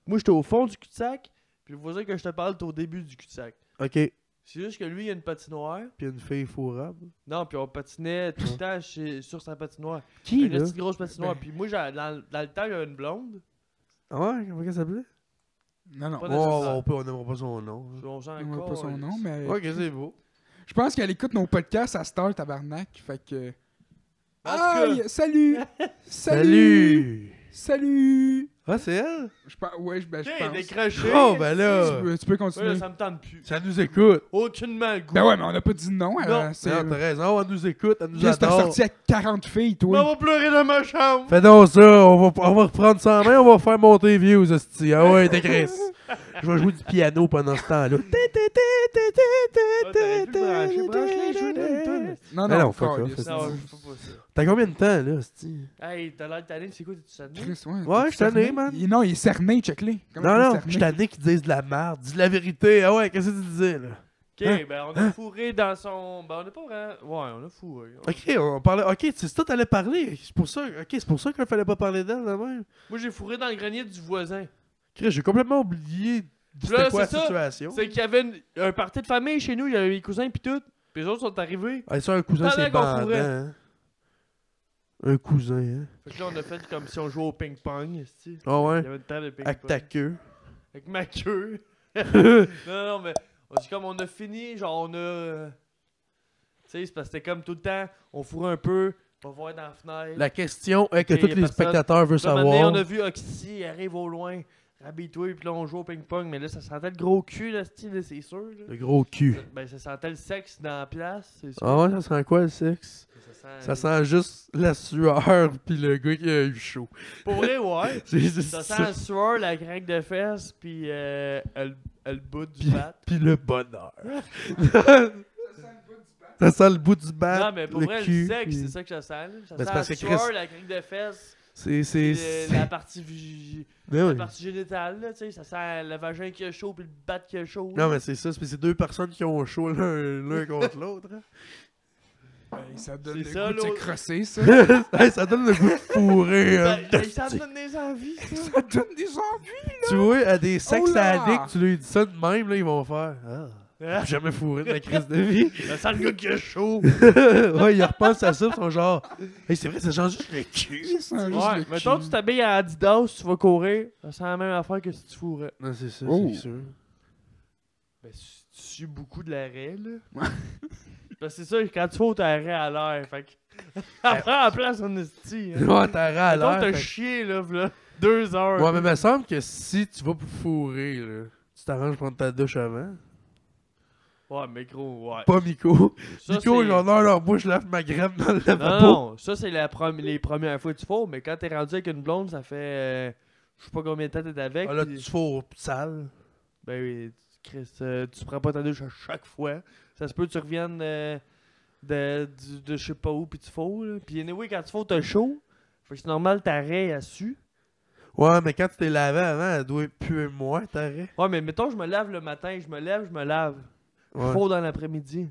Speaker 2: Moi j'étais au fond du cul-de-sac. Puis le voisin que je te parle, t'es au début du cul-de-sac.
Speaker 1: Ok. Puis
Speaker 2: C'est juste que lui, il a une patinoire.
Speaker 1: il y a une fille fourrable.
Speaker 2: Non, puis on patinait tout le temps chez- sur sa patinoire.
Speaker 1: Qui,
Speaker 2: une
Speaker 1: là?
Speaker 2: petite grosse patinoire.
Speaker 3: Ben-
Speaker 2: Puis moi, j'a- dans, dans le temps, il y a une blonde.
Speaker 1: Ah ouais, comment elle s'appelait?
Speaker 3: Non, non.
Speaker 2: Pas
Speaker 1: Oh,
Speaker 2: de- nécessaire.
Speaker 1: on peut, on n'aimera pas son nom.
Speaker 2: Puis on s'en
Speaker 3: On voit pas son
Speaker 2: calisse.
Speaker 3: nom, mais
Speaker 1: Ok, c'est beau.
Speaker 3: je pense qu'elle écoute nos podcasts à Star Tabarnak. Fait que.
Speaker 2: En tout cas-
Speaker 3: Aïe, salut! Salut!
Speaker 1: Salut!
Speaker 3: Salut!
Speaker 1: Ah, c'est elle?
Speaker 3: Je pense. Ouais, je, ben, je
Speaker 2: T'es
Speaker 3: pense.
Speaker 2: décroché.
Speaker 1: Oh, ben
Speaker 3: Tu
Speaker 1: là!
Speaker 3: peux, tu peux
Speaker 2: Ouais,
Speaker 3: continuer.
Speaker 2: là, ça me tente plus.
Speaker 1: Ça nous écoute!
Speaker 2: Aucunement le goût.
Speaker 3: Ben ouais, mais on a pas dit non.
Speaker 2: Non.
Speaker 3: à c'est.
Speaker 1: Non, t'as raison, elle nous écoute, elle nous
Speaker 3: Qu'est-ce que t'as
Speaker 1: adore.
Speaker 3: sorti à 40 filles,
Speaker 2: Mais on
Speaker 3: toi?
Speaker 2: va pleurer dans ma chambre.
Speaker 1: Fais donc ça, on va, on va reprendre ça en main, on va faire monter les views, hostie. Ah ouais, t'es Chris. Je vais jouer du piano pendant ce temps-là.
Speaker 2: Ah, t'aurais pu le brancher. Branche-les, joue une tonne.
Speaker 3: Non,
Speaker 1: Mais
Speaker 3: non,
Speaker 1: non, fuck
Speaker 3: câlisse,
Speaker 1: off, c'est-
Speaker 2: Non,
Speaker 3: non.
Speaker 2: je fais pas ça.
Speaker 1: T'as combien de temps, là, hostie?
Speaker 2: Hey, t'as l'air tanné, c'est quoi, t'es-tu tanné?
Speaker 3: Chris, ouais.
Speaker 1: Ouais,
Speaker 3: t'es
Speaker 1: je suis tanné,
Speaker 3: cerné.
Speaker 1: man.
Speaker 3: Il- Non, il est cerné, check-le. Comment
Speaker 1: Non,
Speaker 3: il est
Speaker 1: non,
Speaker 3: cerné?
Speaker 1: je suis tanné qu'ils disent de la merde. Dis de la vérité. Ah ouais, qu'est-ce que tu disais, là? Hein?
Speaker 2: Ok, ben on a fourré dans son. Ben on a pas vraiment. Ouais, on a fourré.
Speaker 1: Ok, on parlait. Ok, c'est ça, t'allais parler. C'est pour ça, ok, c'est pour ça qu'il fallait pas parler d'elle, là même.
Speaker 2: Moi j'ai fourré dans le grenier du voisin.
Speaker 1: Chris, j'ai complètement oublié c'était
Speaker 2: Là,
Speaker 1: quoi la
Speaker 2: c'est ça.
Speaker 1: situation.
Speaker 2: C'est qu'il y avait une- un party de famille chez nous, il y avait mes cousins pis tout. Pis les autres sont arrivés.
Speaker 1: Ah, ça, un cousin,
Speaker 2: Pendant
Speaker 1: c'est
Speaker 2: qu'on
Speaker 1: bandant,
Speaker 2: fourrait.
Speaker 1: hein. Un cousin, hein.
Speaker 2: Fait que là on a fait comme si on jouait au ping-pong, esti.
Speaker 1: Ah ouais,
Speaker 2: Il y avait une table de ping-pong.
Speaker 1: avec ta queue.
Speaker 2: Avec ma queue. non, non, mais on- c'est comme on a fini, genre on a. euh, Tu sais, c'est parce que c'était comme tout le temps, on fourrait un peu, on va voir dans la fenêtre.
Speaker 1: La question est que
Speaker 2: Ok,
Speaker 1: tous
Speaker 2: y a
Speaker 1: les
Speaker 2: personne.
Speaker 1: spectateurs veulent
Speaker 2: Là, un moment donné,
Speaker 1: savoir.
Speaker 2: on a vu Oxy, il arrive au loin, rabitouille, puis là on joue au ping-pong, mais là ça sentait le gros cul, là, esti, là, c'est sûr. là.
Speaker 1: Le gros cul.
Speaker 2: Ben ça sentait le sexe dans la place, c'est sûr.
Speaker 1: Ah ouais, ça sent quoi le sexe?
Speaker 2: Ça sent.
Speaker 1: Ça sent juste la sueur pis le gars qui a eu chaud.
Speaker 2: Pour vrai, ouais.
Speaker 1: C'est juste
Speaker 2: Ça
Speaker 1: ça.
Speaker 2: sent le sueur, la craque de fesses, puis euh, elle, elle bout du
Speaker 1: Puis,
Speaker 2: bat.
Speaker 1: puis le bonheur. ça sent le bout du bat.
Speaker 2: Ah! Non, mais pour
Speaker 1: le
Speaker 2: vrai,
Speaker 1: cul,
Speaker 2: le sexe,
Speaker 1: puis-
Speaker 2: c'est ça que ça sent. là. Ça
Speaker 1: Ben, c'est
Speaker 2: sent la
Speaker 1: parce que
Speaker 2: sueur,
Speaker 1: Chris-
Speaker 2: la craque de fesses,
Speaker 1: C'est.
Speaker 2: puis
Speaker 1: c'est-
Speaker 2: le-
Speaker 1: c'est-
Speaker 2: la partie, vi-
Speaker 1: Ben
Speaker 2: la
Speaker 1: oui.
Speaker 2: partie génitale, là, tu sais. Ça sent le vagin qui a chaud, puis le bat qui a chaud.
Speaker 1: Non, mais c'est ça. C'est c'est deux personnes qui ont chaud l'un l'un contre l'autre. hein.
Speaker 3: Ben, Ça donne
Speaker 2: C'est
Speaker 3: le
Speaker 2: ça,
Speaker 3: goût de se
Speaker 2: l'autre.
Speaker 3: crosser, ça.
Speaker 1: Hey, ça donne le goût de fourrer. hein.
Speaker 2: Ben, ben, ça me donne des envies, ça.
Speaker 3: Ça donne des envies.
Speaker 1: tu vois, à des sexes
Speaker 3: Oh là!
Speaker 1: addicts, tu lui dis ça de même, là, ils vont faire. Ah.
Speaker 2: Ah, ben,
Speaker 1: j'ai Jamais fourré de la crise de vie.
Speaker 2: ça sent le gars qui a chaud.
Speaker 1: ouais, ils repensent à ça, ils sont genre. Hey, c'est vrai, ça change juste le cul.
Speaker 3: Ça sent juste
Speaker 2: Ouais,
Speaker 3: le cul.
Speaker 2: mettons, tu t'habilles à Adidas, tu vas courir. Ça sent la même affaire que si tu fourrais.
Speaker 1: Non, c'est ça,
Speaker 3: Oh.
Speaker 1: c'est sûr.
Speaker 2: Ben, si tu suis beaucoup de l'arrêt, là. Parce que c'est ça, quand tu fous, t'arrêts à l'air. Fait que. Après, en place, on esti. Hein.
Speaker 1: Ouais, t'as à
Speaker 2: Mettons,
Speaker 1: l'air.
Speaker 2: t'as
Speaker 1: fait-
Speaker 2: chié, là, v'là deux heures.
Speaker 1: Ouais, mais il me semble que si tu vas pour fourrer, là, tu t'arranges pour prendre ta douche avant.
Speaker 2: Ouais, mais gros, ouais.
Speaker 1: Pas Miko.
Speaker 2: Ça,
Speaker 1: Miko,
Speaker 2: c'est-
Speaker 1: genre, non, non, moi, je lave ma graine dans le
Speaker 2: Non,
Speaker 1: lavabo.
Speaker 2: non, ça, c'est la prom- les premières fois que tu fous, mais quand t'es rendu avec une blonde, ça fait. euh, Je sais pas combien de temps t'es avec.
Speaker 1: Ah, là,
Speaker 2: puis-
Speaker 1: tu fourres sale.
Speaker 2: Ben oui, tu- Chris, euh, tu prends pas ta douche à chaque fois. Ça se peut que tu reviennes euh, de, du- de je sais pas où, puis tu fous. là. Puis anyway, quand tu fous, t'as chaud. Fait que c'est normal, t'arrêtes à su.
Speaker 1: Ouais, mais quand tu t'es lavé avant, elle doit puer moins, t'arrêtes.
Speaker 2: Ouais, mais mettons, je me lave le matin, je me lève, je me lave.
Speaker 1: Ouais.
Speaker 2: Faux dans l'après-midi.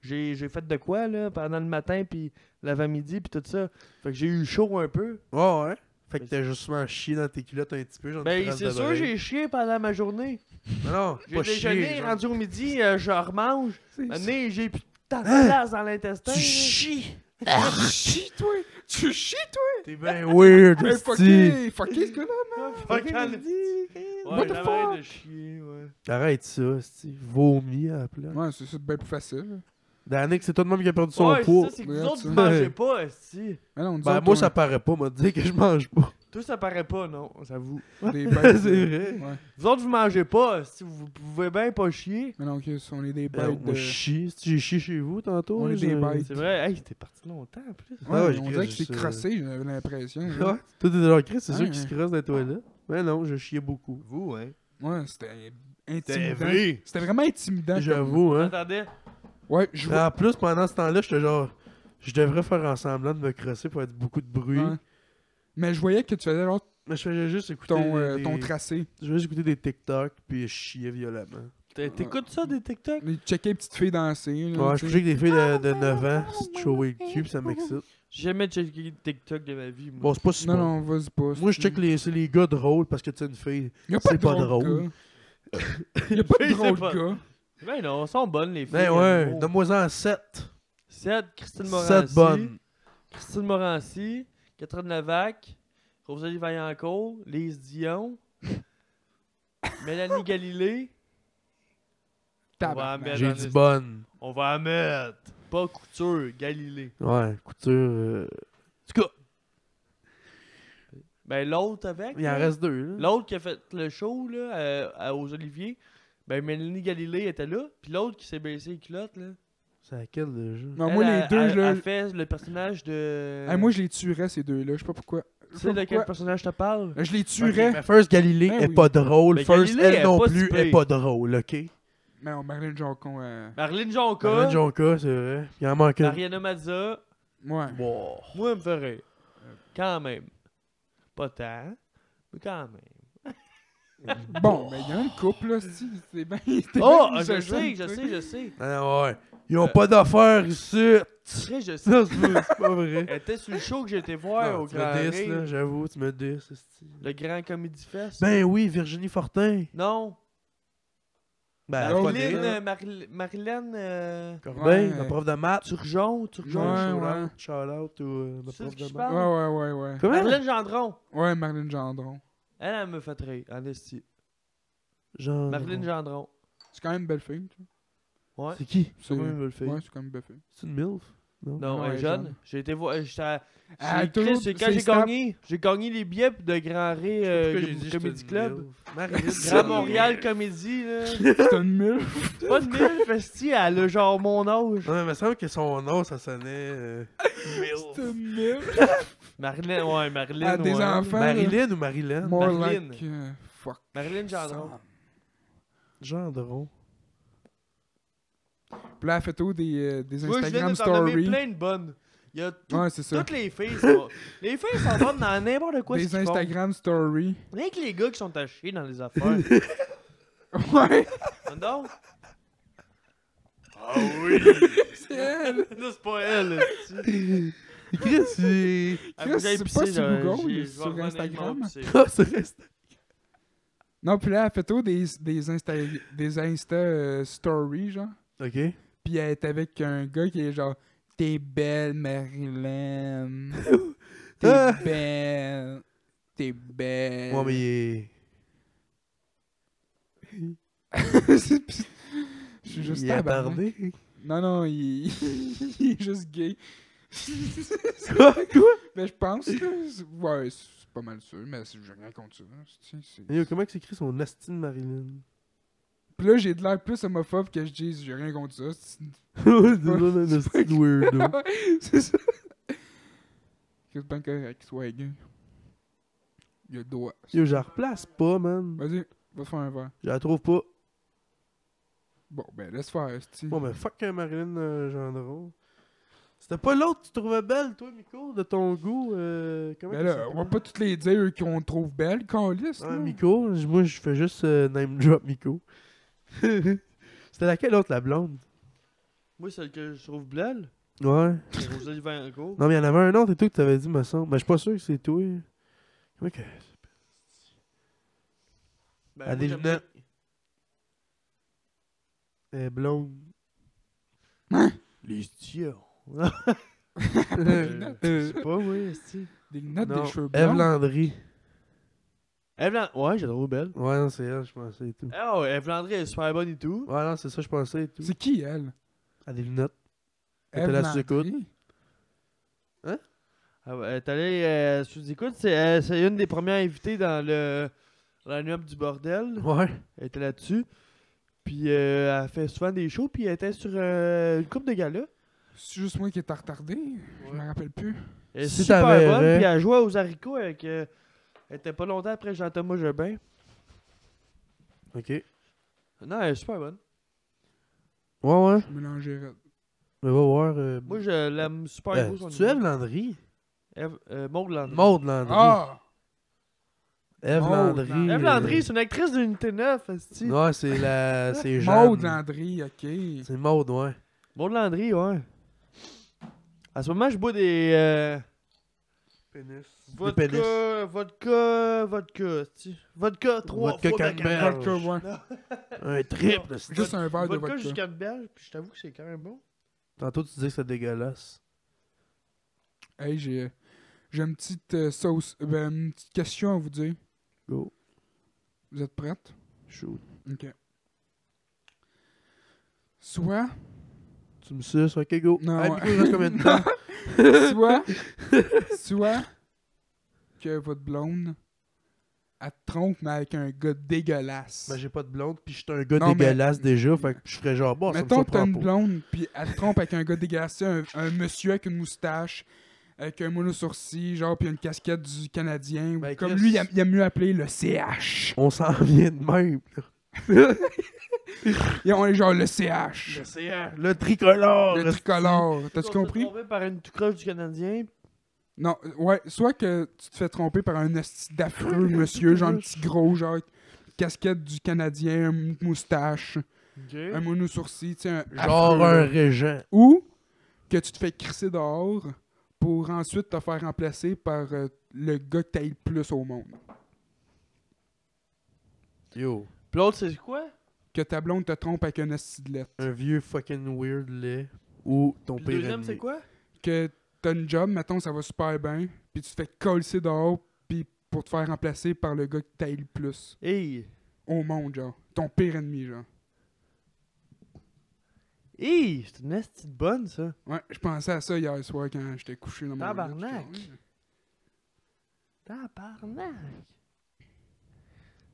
Speaker 2: J'ai j'ai fait de quoi, là, pendant le matin, puis l'avant-midi, puis tout ça. Fait que j'ai eu chaud un peu.
Speaker 1: Ouais, ouais. Fait que t'as justement chié dans tes culottes un petit peu. Genre une
Speaker 2: Ben,
Speaker 1: trace
Speaker 2: c'est
Speaker 1: de
Speaker 2: sûr,
Speaker 1: break.
Speaker 2: j'ai chié pendant ma journée.
Speaker 1: Non, non,
Speaker 2: J'ai
Speaker 1: pas
Speaker 2: déjeuné,
Speaker 1: chié. genre. Hein?
Speaker 2: rendu au midi, euh, je remange.
Speaker 3: C'est-
Speaker 2: Maintenant, j'ai plus tant de place dans l'intestin.
Speaker 1: Tu
Speaker 2: là.
Speaker 1: chies.
Speaker 3: Tu chies, toi. Tu chies, toi.
Speaker 1: T'es bien weird,
Speaker 3: Mais
Speaker 1: hostie.
Speaker 3: fucké, fucké, ce gars-là.
Speaker 2: Fuck, elle-
Speaker 3: What
Speaker 2: Ouais,
Speaker 3: the
Speaker 2: j'avais
Speaker 3: fuck?
Speaker 2: de chier, ouais.
Speaker 1: Arrête ça, hostie. Vomis à la place.
Speaker 3: Ouais, c'est ça, bien plus facile.
Speaker 1: Danick, c'est toi de même qui a perdu son
Speaker 2: ouais,
Speaker 1: poids.
Speaker 2: c'est ça, c'est que
Speaker 3: Ouais,
Speaker 2: vous autres,
Speaker 3: tu-
Speaker 2: vous mangez pas, esti.
Speaker 3: Mais non, on dit
Speaker 1: Ben, moi, ça paraît pas, m'a dit que je mange pas.
Speaker 2: Toi, ça paraît pas, non, j'avoue.
Speaker 3: Des
Speaker 1: c'est
Speaker 3: bêtes.
Speaker 1: vrai.
Speaker 3: Ouais.
Speaker 2: Vous autres, vous mangez pas, si vous pouvez bien pas chier.
Speaker 3: Mais non, Chris, on est des
Speaker 1: Ben,
Speaker 3: bêtes.
Speaker 1: moi,
Speaker 3: de-
Speaker 1: je chie. Si tu chies chez vous tantôt,
Speaker 3: On
Speaker 1: là,
Speaker 3: est des
Speaker 1: je-
Speaker 3: bêtes.
Speaker 2: C'est vrai, hey, t'es parti longtemps, en plus.
Speaker 1: Ah ouais,
Speaker 3: Ouais,
Speaker 1: j'ai
Speaker 3: on dirait que
Speaker 1: cru,
Speaker 3: c'est
Speaker 1: je-
Speaker 3: crossé, j'avais l'impression.
Speaker 1: Ouais.
Speaker 3: là.
Speaker 1: Toi, t'es genre Chris, c'est
Speaker 3: Ouais,
Speaker 1: sûr qu'il
Speaker 3: ouais.
Speaker 1: se crosse dans les toilettes. Mais non, je chiais beaucoup.
Speaker 2: Vous, hein.
Speaker 3: Ouais, c'était
Speaker 1: T'es
Speaker 3: intimidant.
Speaker 1: vrai.
Speaker 3: C'était vraiment intimidant. comme-
Speaker 1: J'avoue, Ah hein. Ben,
Speaker 2: Attendez,
Speaker 3: Ouais, je
Speaker 1: En plus, pendant ce temps-là, j'étais genre. Je devrais faire en semblant de me crosser pour être beaucoup de bruit.
Speaker 3: Ouais. Mais je voyais que tu faisais genre
Speaker 1: Mais je faisais juste écouter.
Speaker 3: ton, euh,
Speaker 1: des...
Speaker 3: ton tracé.
Speaker 1: Je faisais juste écouter des TikTok puis je chiais violemment.
Speaker 2: t- t'écoutes ça des TikTok?
Speaker 3: Il checkait les petites filles danser. Là,
Speaker 1: Ouais, je couchais
Speaker 3: tu sais.
Speaker 1: avec des filles de, de 9 ans, c'est de shower le cul, puis ça m'excite.
Speaker 2: J'ai jamais checké de TikTok de ma vie, moi.
Speaker 1: Bon, c'est pas si
Speaker 3: Non,
Speaker 1: bon.
Speaker 3: non, vas-y pas.
Speaker 1: Moi, je check les, c'est les gars drôles parce que tu sais, une fille.
Speaker 3: Y a
Speaker 1: c'est
Speaker 3: de
Speaker 1: pas
Speaker 3: drôle,
Speaker 1: drôle.
Speaker 3: gars. Il a pas
Speaker 2: Je
Speaker 3: de
Speaker 2: sais
Speaker 3: drôle
Speaker 2: pas.
Speaker 3: de gars.
Speaker 2: Ben non, elles sont bonnes les filles.
Speaker 1: Ben ouais,
Speaker 2: Oh.
Speaker 1: donne-moi-en 7.
Speaker 2: 7, Christine
Speaker 1: 7
Speaker 2: Morancy.
Speaker 1: bonnes.
Speaker 2: Christine Morancy, Catherine Lavac, Rosalie Vaillancourt, Lise Dion, Mélanie Galilée.
Speaker 3: Tabarnak.
Speaker 2: mettre-
Speaker 1: J'ai
Speaker 2: ben dans
Speaker 1: dit
Speaker 2: les-
Speaker 1: bonne.
Speaker 2: On va la mettre. Pas Couture, Galilée.
Speaker 1: Ouais, couture. euh, En tout cas,
Speaker 2: Ben l'autre avec.
Speaker 1: il en
Speaker 2: là,
Speaker 1: reste deux. Là.
Speaker 2: L'autre qui a fait le show là, euh, à- à- aux Oliviers, ben Mélanie Galilée était là. Puis l'autre qui s'est baissé les culottes là.
Speaker 1: C'est laquelle déjà
Speaker 3: Non,
Speaker 2: elle,
Speaker 3: Ah, moi,
Speaker 2: elle-
Speaker 3: les deux,
Speaker 2: elle,
Speaker 3: là.
Speaker 2: elle fait le personnage de.
Speaker 3: Hey, moi,
Speaker 1: euh,
Speaker 3: je les tuerais, ces deux-là. Je sais pas pourquoi. Je
Speaker 2: Tu
Speaker 3: sais
Speaker 2: sais
Speaker 3: pas
Speaker 2: de quel personnage je te parle?
Speaker 3: pourquoi. Je les
Speaker 1: Ok,
Speaker 3: tuerais.
Speaker 1: ben First Galilée
Speaker 3: Ben
Speaker 1: est
Speaker 3: oui.
Speaker 1: pas drôle.
Speaker 2: Ben,
Speaker 1: First
Speaker 2: Galilée
Speaker 1: elle
Speaker 2: est
Speaker 1: non
Speaker 2: pas
Speaker 1: plus
Speaker 2: si
Speaker 1: est
Speaker 2: pire.
Speaker 1: pas drôle, ok
Speaker 3: Mais on Marilyn Jonquon. euh,
Speaker 2: Marlene Jonca,
Speaker 1: Marianne Jonca, c'est vrai. Il en manque un.
Speaker 2: Ariana Mazza.
Speaker 3: Ouais.
Speaker 1: Wow.
Speaker 2: Moi, elle me fait rire. Quand même. Pas tant, mais quand même.
Speaker 3: Bon, mais il y en a une couple, là, c'ti. c'est bien. c'était
Speaker 2: Oh,
Speaker 3: bien
Speaker 2: ah, je
Speaker 3: misogyne,
Speaker 2: sais,
Speaker 3: tu
Speaker 2: je sais, je sais.
Speaker 1: Ah ouais. Ils ont
Speaker 2: Euh.
Speaker 1: pas d'affaires ici.
Speaker 2: Après, je sais.
Speaker 1: Ça, c'est pas- c'est pas vrai.
Speaker 2: Elle était sur le show que j'étais voir
Speaker 1: Non,
Speaker 2: au
Speaker 1: tu
Speaker 2: Grand
Speaker 1: me dis,
Speaker 2: Rire,
Speaker 1: là, j'avoue, tu me dis. c'est-
Speaker 2: le Grand Comedy Fest.
Speaker 1: Ben oui, Virginie Fortin.
Speaker 2: Non.
Speaker 1: Ben,
Speaker 3: Marilyn,
Speaker 1: pas des-
Speaker 2: Marilyn, euh, Maril- Marilyn euh,
Speaker 1: Corbeil,
Speaker 3: Ouais.
Speaker 1: ma prof de maths.
Speaker 2: Turgeon, Turgeon.
Speaker 3: Ouais, ouais.
Speaker 1: Shout out to euh, ma
Speaker 2: Tu sais
Speaker 1: prof
Speaker 2: de qui
Speaker 1: de
Speaker 2: je
Speaker 1: maths.
Speaker 3: Ouais, ouais, ouais, ouais.
Speaker 1: Comment?
Speaker 2: Marilyn Gendron.
Speaker 3: Ouais, Marilyn Gendron.
Speaker 2: Elle, elle me fait rire, en esti.
Speaker 1: Genre.
Speaker 2: Marilyn Gendron.
Speaker 3: C'est quand même une belle fille. tu
Speaker 2: Ouais.
Speaker 1: C'est qui?
Speaker 3: C'est-
Speaker 1: C'est une belle
Speaker 3: vois.
Speaker 1: fille.
Speaker 3: Ouais, c'est quand même une belle fille.
Speaker 1: C'est une MILF?
Speaker 2: Non,
Speaker 3: Ouais,
Speaker 2: elle est jeune.
Speaker 3: jeune.
Speaker 2: J'ai été voir. euh, J'étais. à-
Speaker 3: Ah,
Speaker 2: j'ai-
Speaker 3: toujours-
Speaker 2: Chris, c'est quand
Speaker 3: c'est
Speaker 2: j'ai
Speaker 3: stable.
Speaker 2: gagné. J'ai gagné les billets de Grand Ré euh, Comedy Club. Grand
Speaker 3: C'est-
Speaker 2: Montréal Comédie, là.
Speaker 3: C'est une mille.
Speaker 2: Pas de mille festi, elle a genre mon âge.
Speaker 1: Non, mais il me semble que son nom, ça sonnait. euh,
Speaker 3: C'est une mille.
Speaker 2: Marilyn, ouais, Marilyn.
Speaker 3: Ah, des
Speaker 2: ouais.
Speaker 3: enfants.
Speaker 1: Marilyn ou Marilyn?
Speaker 3: More
Speaker 2: Marilyn.
Speaker 3: like. euh, fuck.
Speaker 2: Marilyn Gendron.
Speaker 1: Gendron.
Speaker 3: Puis là, elle fait tout des, euh, des
Speaker 2: Tu vois, je viens
Speaker 3: Instagram
Speaker 2: de t'en nommer
Speaker 3: stories.
Speaker 2: plein de bonnes. Il y a tout-
Speaker 3: Ouais, c'est ça.
Speaker 2: toutes les filles. sont- les filles sont bonnes dans n'importe quoi. ce
Speaker 3: Des
Speaker 2: qu'ils font.
Speaker 3: Instagram stories.
Speaker 2: Rien que les gars qui sont à chier dans les affaires.
Speaker 3: Ouais.
Speaker 2: Non?
Speaker 1: Ah oui!
Speaker 3: C'est elle.
Speaker 2: Là, c'est pas elle. esti.
Speaker 1: Chris, il.
Speaker 2: Ah, vous avez
Speaker 3: c'est
Speaker 2: pissé,
Speaker 3: pas si
Speaker 2: là,
Speaker 3: bougon,
Speaker 2: j'ai-
Speaker 3: il est
Speaker 2: je vais
Speaker 3: sur
Speaker 2: revenir
Speaker 3: Instagram.
Speaker 2: me pisser.
Speaker 1: Ah, c'est resté.
Speaker 3: Non, puis là, elle fait tout des, des Insta, des Insta euh, stories, genre.
Speaker 1: Ok.
Speaker 3: Puis elle est avec un gars qui est genre T'es belle, Marilyn.
Speaker 1: Ah.
Speaker 3: T'es belle. T'es belle.
Speaker 1: Ouais, mais il est.
Speaker 3: C'est- Je suis juste
Speaker 1: il est
Speaker 3: tabarnak.
Speaker 1: attardé.
Speaker 3: Non, non, il... il est juste gay.
Speaker 1: Quoi? Quoi?
Speaker 3: mais je pense que. c'est- Ouais, c'est pas mal sûr, mais c'est- j'ai rien contre ça. hein. C'est- c'est-
Speaker 1: Yo, comment que s'écrit son Astine Marilyn?
Speaker 3: Puis là, j'ai de l'air plus homophobe que je dise j'ai rien contre ça. C'est-
Speaker 1: C'est Astine weirdo.
Speaker 3: c'est ça. C'est bien correct qu'il soit gay. Il a le doigt.
Speaker 1: Yo, je la replace pas, man.
Speaker 3: Vas-y, va te faire un verre.
Speaker 1: Je la trouve pas.
Speaker 3: Bon, ben laisse faire, c'ti.
Speaker 1: Bon, ben, fuck euh, Marilyn euh, Gendron. C'était pas l'autre que tu trouvais belle, toi, Miko, de ton goût. Euh, comment
Speaker 3: Ben
Speaker 1: qu'elle
Speaker 3: là,
Speaker 1: s'appelle?
Speaker 3: on va pas toutes les dire qu'on trouve belles, Calis.
Speaker 1: Ah, Miko, j- moi, je fais juste euh, name drop Miko. C'était laquelle l'autre, la blonde
Speaker 2: Moi, celle que je trouve belle,
Speaker 1: Ouais.
Speaker 2: c'est Rosalie Vaillancourt.
Speaker 1: Non, mais il y en avait un autre et tout que t'avais dit, me semble. Ben, je suis pas sûr que c'est toi. Comment que.
Speaker 2: Ben,
Speaker 1: Elle
Speaker 2: moi,
Speaker 1: a des
Speaker 2: j'aime
Speaker 1: lunettes.
Speaker 2: bien-
Speaker 1: Elle est blonde.
Speaker 2: Les dieux.
Speaker 1: Euh, Je sais pas, oui, c'est.
Speaker 3: Des notes des cheveux
Speaker 1: Eve
Speaker 3: blancs.
Speaker 1: Landry.
Speaker 2: Eve Land- Ouais, j'ai trouvé belle.
Speaker 1: Ouais, non, c'est elle, je pensais et tout.
Speaker 2: Ah ouais, Eve Landry, elle est super bonne et tout.
Speaker 1: Ouais, non, c'est ça, je pensais et tout.
Speaker 3: C'est qui, elle?
Speaker 1: Elle a des lunettes. Elle
Speaker 3: Eve
Speaker 1: était là sous
Speaker 3: Landry.
Speaker 1: écoute.
Speaker 2: Ah ouais, Elle est allée euh, sous écoute, c'est euh, c'est une des premières invitées dans le la nuit du bordel.
Speaker 1: Ouais.
Speaker 2: Elle était là-dessus. Puis euh, elle fait souvent des shows, puis elle était sur euh, une coupe de gala.
Speaker 3: C'est juste moi qui est retardé. Je me rappelle plus.
Speaker 2: Elle est
Speaker 1: Si
Speaker 2: super
Speaker 1: t'avais
Speaker 2: bonne,
Speaker 1: vrai-
Speaker 2: puis elle jouait aux haricots avec. euh, elle était pas longtemps après Jean-Thomas Jobin.
Speaker 1: Ok. Ouais,
Speaker 2: Non, elle est super bonne.
Speaker 1: ouais.
Speaker 3: Je mélangeais. raide.
Speaker 1: Mais va voir. Euh,
Speaker 2: Moi, je l'aime super
Speaker 1: euh,
Speaker 2: gros, son
Speaker 1: tu
Speaker 2: humour.
Speaker 1: Eve Landry
Speaker 2: Eve- euh, Maud Landry.
Speaker 1: Maude Landry.
Speaker 3: Ah!
Speaker 1: Eve
Speaker 3: Maude
Speaker 1: Landry.
Speaker 2: Eve
Speaker 3: Landry.
Speaker 1: euh,
Speaker 2: Landry, c'est une actrice d'Unité 9, esti.
Speaker 1: Ouais, c'est la. C'est Jeanne.
Speaker 3: Maud Landry, ok.
Speaker 1: C'est Maude, ouais.
Speaker 2: Maud Landry, ouais. À ce moment, je bois des. euh,
Speaker 1: Pénis.
Speaker 2: Vodka, vodka, vodka, sti. vodka, trois
Speaker 1: Vodka
Speaker 2: fois
Speaker 1: Campbell.
Speaker 2: Bacardi.
Speaker 3: Vodka, ouais.
Speaker 1: Un triple de style.
Speaker 3: Juste un verre de
Speaker 2: Vodka
Speaker 3: vodka.
Speaker 2: jusqu'à une berge, puis je t'avoue que c'est quand même bon.
Speaker 1: Tantôt, tu disais que c'est dégueulasse.
Speaker 3: Hey, j'ai euh, j'ai une petite euh, sauce, ben, une petite question à vous dire.
Speaker 1: Go.
Speaker 3: Vous êtes prêtes?
Speaker 1: Shoot.
Speaker 3: Ok. Soit,
Speaker 1: Tu me suces, ok, go.
Speaker 3: Non,
Speaker 1: Hey,
Speaker 3: ouais.
Speaker 1: Nico, il reste combien de temps?
Speaker 3: soit, soit que votre blonde, elle te trompe, mais avec un gars dégueulasse.
Speaker 1: Ben, j'ai pas de blonde, pis j'étais un gars
Speaker 3: Non, mais-
Speaker 1: dégueulasse déjà, fait que je ferais genre, bon, ça me
Speaker 3: Mettons que t'as
Speaker 1: surprend
Speaker 3: une
Speaker 1: pas.
Speaker 3: blonde, puis elle te trompe avec un gars dégueulasse, tu sais, un, un monsieur avec une moustache, avec un mono-sourcil, genre, puis une casquette du Canadien, ou
Speaker 1: Ben,
Speaker 3: comme
Speaker 1: Chris-
Speaker 3: lui, il aime- il aime mieux appeler le CH.
Speaker 1: On s'en vient de même.
Speaker 3: Et on est genre le CH.
Speaker 2: Le CR.
Speaker 1: Le tricolore.
Speaker 3: Le
Speaker 1: reste-
Speaker 3: tricolore, t'as-tu compris?
Speaker 2: tombé par une toucroche du Canadien.
Speaker 3: Non, euh, ouais, soit que tu te fais tromper par un esti d'affreux monsieur, genre un petit gros, genre casquette du Canadien, une moustache, un mono-sourcil, tu sais, un
Speaker 1: Genre
Speaker 3: affreux,
Speaker 1: un
Speaker 3: là.
Speaker 1: régent.
Speaker 3: Ou que tu te fais crisser dehors pour ensuite te faire remplacer par euh, le gars que t'ailles le plus au monde.
Speaker 1: Yo.
Speaker 2: Puis l'autre, c'est quoi?
Speaker 3: Que ta blonde te trompe avec un esti de lettre.
Speaker 1: Un vieux fucking weird lait. Ou ton
Speaker 2: Puis
Speaker 1: pire
Speaker 2: le deuxième,
Speaker 1: ennemi.
Speaker 2: c'est quoi?
Speaker 3: Que t'as une job, mettons, ça va super bien, puis tu te fais coller dehors, puis pour te faire remplacer par le gars que t'ailles le plus
Speaker 2: Hey!
Speaker 3: au monde, genre. Ton pire ennemi, genre.
Speaker 2: Hey! C'est une esti de bonne, ça.
Speaker 3: Ouais, je pensais à ça hier soir quand j'étais couché dans mon lit.
Speaker 2: Tabarnak.
Speaker 3: J'étais comme,
Speaker 2: Tabarnak!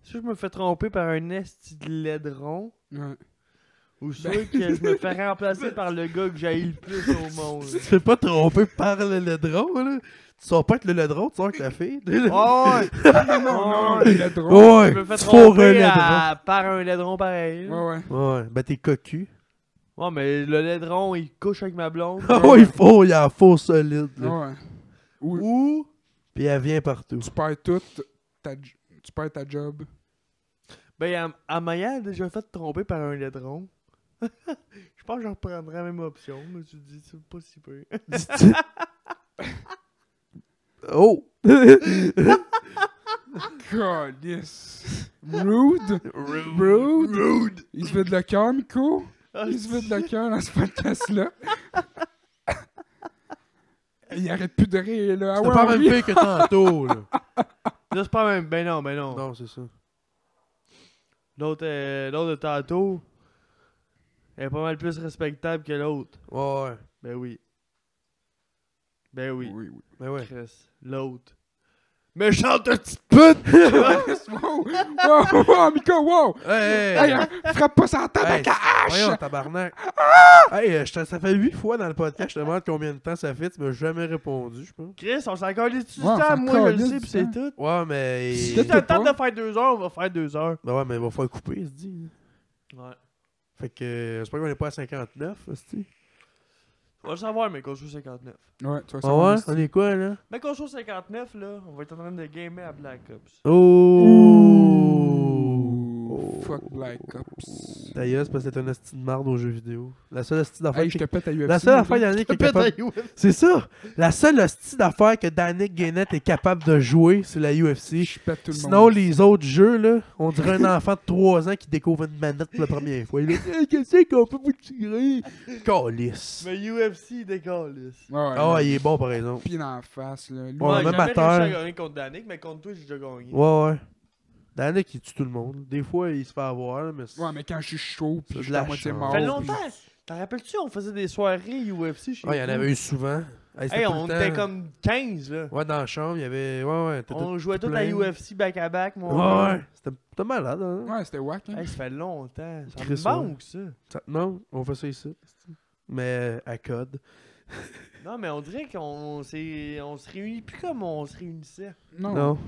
Speaker 2: Soit je me fais tromper par un esti de laidron,
Speaker 3: Ouais.
Speaker 2: ou soit que je me fais remplacer par le gars que j'ai le plus au monde.
Speaker 1: Tu te fais pas tromper par le ledron, là. Tu sors pas avec le ledron, tu sors avec la fille.
Speaker 3: Ah,
Speaker 2: Oh, ouais.
Speaker 3: Non, non, non, il est drôle.
Speaker 1: ouais,
Speaker 2: Je me fais
Speaker 1: tu fourres un
Speaker 2: tromper
Speaker 1: ledron.
Speaker 2: à- par un laidron pareil. là.
Speaker 3: Ouais, ouais.
Speaker 1: Ouais, ben t'es cocu.
Speaker 2: Ouais, mais le laidron, il couche avec ma blonde.
Speaker 1: Ah ouais, il faut, il y a un faux solide. là.
Speaker 3: Ah Ouais, ouais. Ou
Speaker 1: Ou, puis elle vient partout.
Speaker 3: tu perds tout, ta, j- tu perds ta job.
Speaker 2: Ben, à, à Maya, elle a déjà fait tromper par un laidron. Je pense que je reprendrai la même option, mais tu te dis, c'est pas si peu.
Speaker 1: Dis-tu- oh!
Speaker 3: God, yes. Rude. Rude. Rude. Il se fait de la cœur, Miko. Il se fait de la cœur dans ce podcast-là. il arrête plus de rire, là. Ah
Speaker 1: C'était
Speaker 3: ouais,
Speaker 1: pas
Speaker 3: on
Speaker 1: même
Speaker 3: rit.
Speaker 1: pire que tantôt, là.
Speaker 2: Là, c'est pas même. Ben non, ben non.
Speaker 1: Non, c'est ça.
Speaker 2: L'autre euh, l'autre de tantôt, elle est pas mal plus respectable que l'autre.
Speaker 1: Ouais, ouais.
Speaker 2: Ben oui. Ben oui.
Speaker 3: Oui, oui.
Speaker 1: Mais ouais.
Speaker 2: Chris, l'autre. Méchante petite
Speaker 1: Pute!
Speaker 3: wow, wow, wow, Miko, wow. Hey,
Speaker 1: Hey! hey,
Speaker 3: hein, frappe pas sa tête
Speaker 1: Hey,
Speaker 3: avec la
Speaker 1: voyons,
Speaker 3: hache.
Speaker 1: tabarnak! Hey, euh, je te- ça fait huit fois dans le podcast, je te demande combien de temps ça fait, tu m'as jamais répondu, je pense.
Speaker 2: Chris, on s'en calisse du
Speaker 3: Ouais, on
Speaker 2: temps,
Speaker 3: s'en
Speaker 2: moi je le
Speaker 3: calisse
Speaker 2: sais,
Speaker 3: du
Speaker 2: pis c'est
Speaker 3: temps.
Speaker 2: tout.
Speaker 1: Ouais, mais.
Speaker 3: Si
Speaker 2: Si t'as le temps
Speaker 3: pas.
Speaker 2: de faire deux heures, on va faire deux heures.
Speaker 1: Ben ouais, mais il va falloir couper, il se dit.
Speaker 2: Ouais.
Speaker 1: Fait que, euh, j'espère qu'on est pas à 59, hostie.
Speaker 2: On va le savoir, mais qu'on joue 59.
Speaker 3: Ouais, tu vas
Speaker 1: Ah ouais?
Speaker 3: savoir.
Speaker 1: On est quoi, là?
Speaker 2: Mais qu'on joue 59, là, on va être en train de gamer à Black Ops.
Speaker 1: Oh!
Speaker 3: Fuck Black Ops.
Speaker 1: D'ailleurs, c'est parce que t'es un hostie de marde aux jeux vidéo. La seule hostie d'affaire
Speaker 3: Hey, je
Speaker 1: qui-
Speaker 3: te pète à UFC.
Speaker 1: La seule
Speaker 3: mon
Speaker 1: affaire
Speaker 3: gars.
Speaker 1: d'année qui est capable... C'est ça! La seule hostie d'affaire que Danick Guénette est capable de jouer, c'est la UFC.
Speaker 3: Je pète tout le
Speaker 1: Sinon,
Speaker 3: monde.
Speaker 1: les autres jeux, là, on dirait un enfant de 3 ans qui découvre une manette pour la première fois. Il est là, Hey, qu'est-ce qu'on peut vous tirer? Calice!
Speaker 2: Mais UFC, décolle.
Speaker 3: Ouais,
Speaker 1: Ah,
Speaker 3: ouais.
Speaker 1: il est bon, par exemple.
Speaker 3: pied dans la face, là. Lui,
Speaker 1: Ouais,
Speaker 2: j'ai
Speaker 1: même
Speaker 2: jamais
Speaker 1: à terre.
Speaker 2: réussi à gagner contre Danick, mais contre toi, j'ai déjà gagné.
Speaker 1: Ouais, ouais. Danick, il tue tout le monde. Des fois, il se fait avoir, là, mais... c'est-
Speaker 3: Ouais, mais quand je suis chaud,
Speaker 1: Ça,
Speaker 3: pis je
Speaker 1: je
Speaker 3: suis à
Speaker 1: lâche,
Speaker 3: moitié
Speaker 1: hein.
Speaker 3: mort.
Speaker 2: Fait
Speaker 3: pis-
Speaker 2: longtemps! T'en rappelles-tu, on faisait des soirées UFC chez
Speaker 1: Ouais, Ah, il y en
Speaker 2: nous?
Speaker 1: avait eu souvent. Hey, c'était
Speaker 2: Hey,
Speaker 1: tout le
Speaker 2: on
Speaker 1: temps.
Speaker 2: était comme 15, là.
Speaker 1: Ouais, dans la chambre, il y avait... Ouais, ouais. t'étais-
Speaker 2: On jouait tout à
Speaker 1: plein.
Speaker 2: UFC back-à-back,
Speaker 1: Ouais,
Speaker 2: mon
Speaker 1: ouais. C'était c'était malade, hein?
Speaker 3: Ouais, c'était whack, hein.
Speaker 2: Hey, ça fait longtemps. Ça
Speaker 1: Chris,
Speaker 2: me manque, ça.
Speaker 1: Ça- non, on fait ça ici. Mais euh, à code.
Speaker 2: Non, mais on dirait qu'on s'est- on se réunit plus comme on se réunissait.
Speaker 3: Non.
Speaker 1: Non.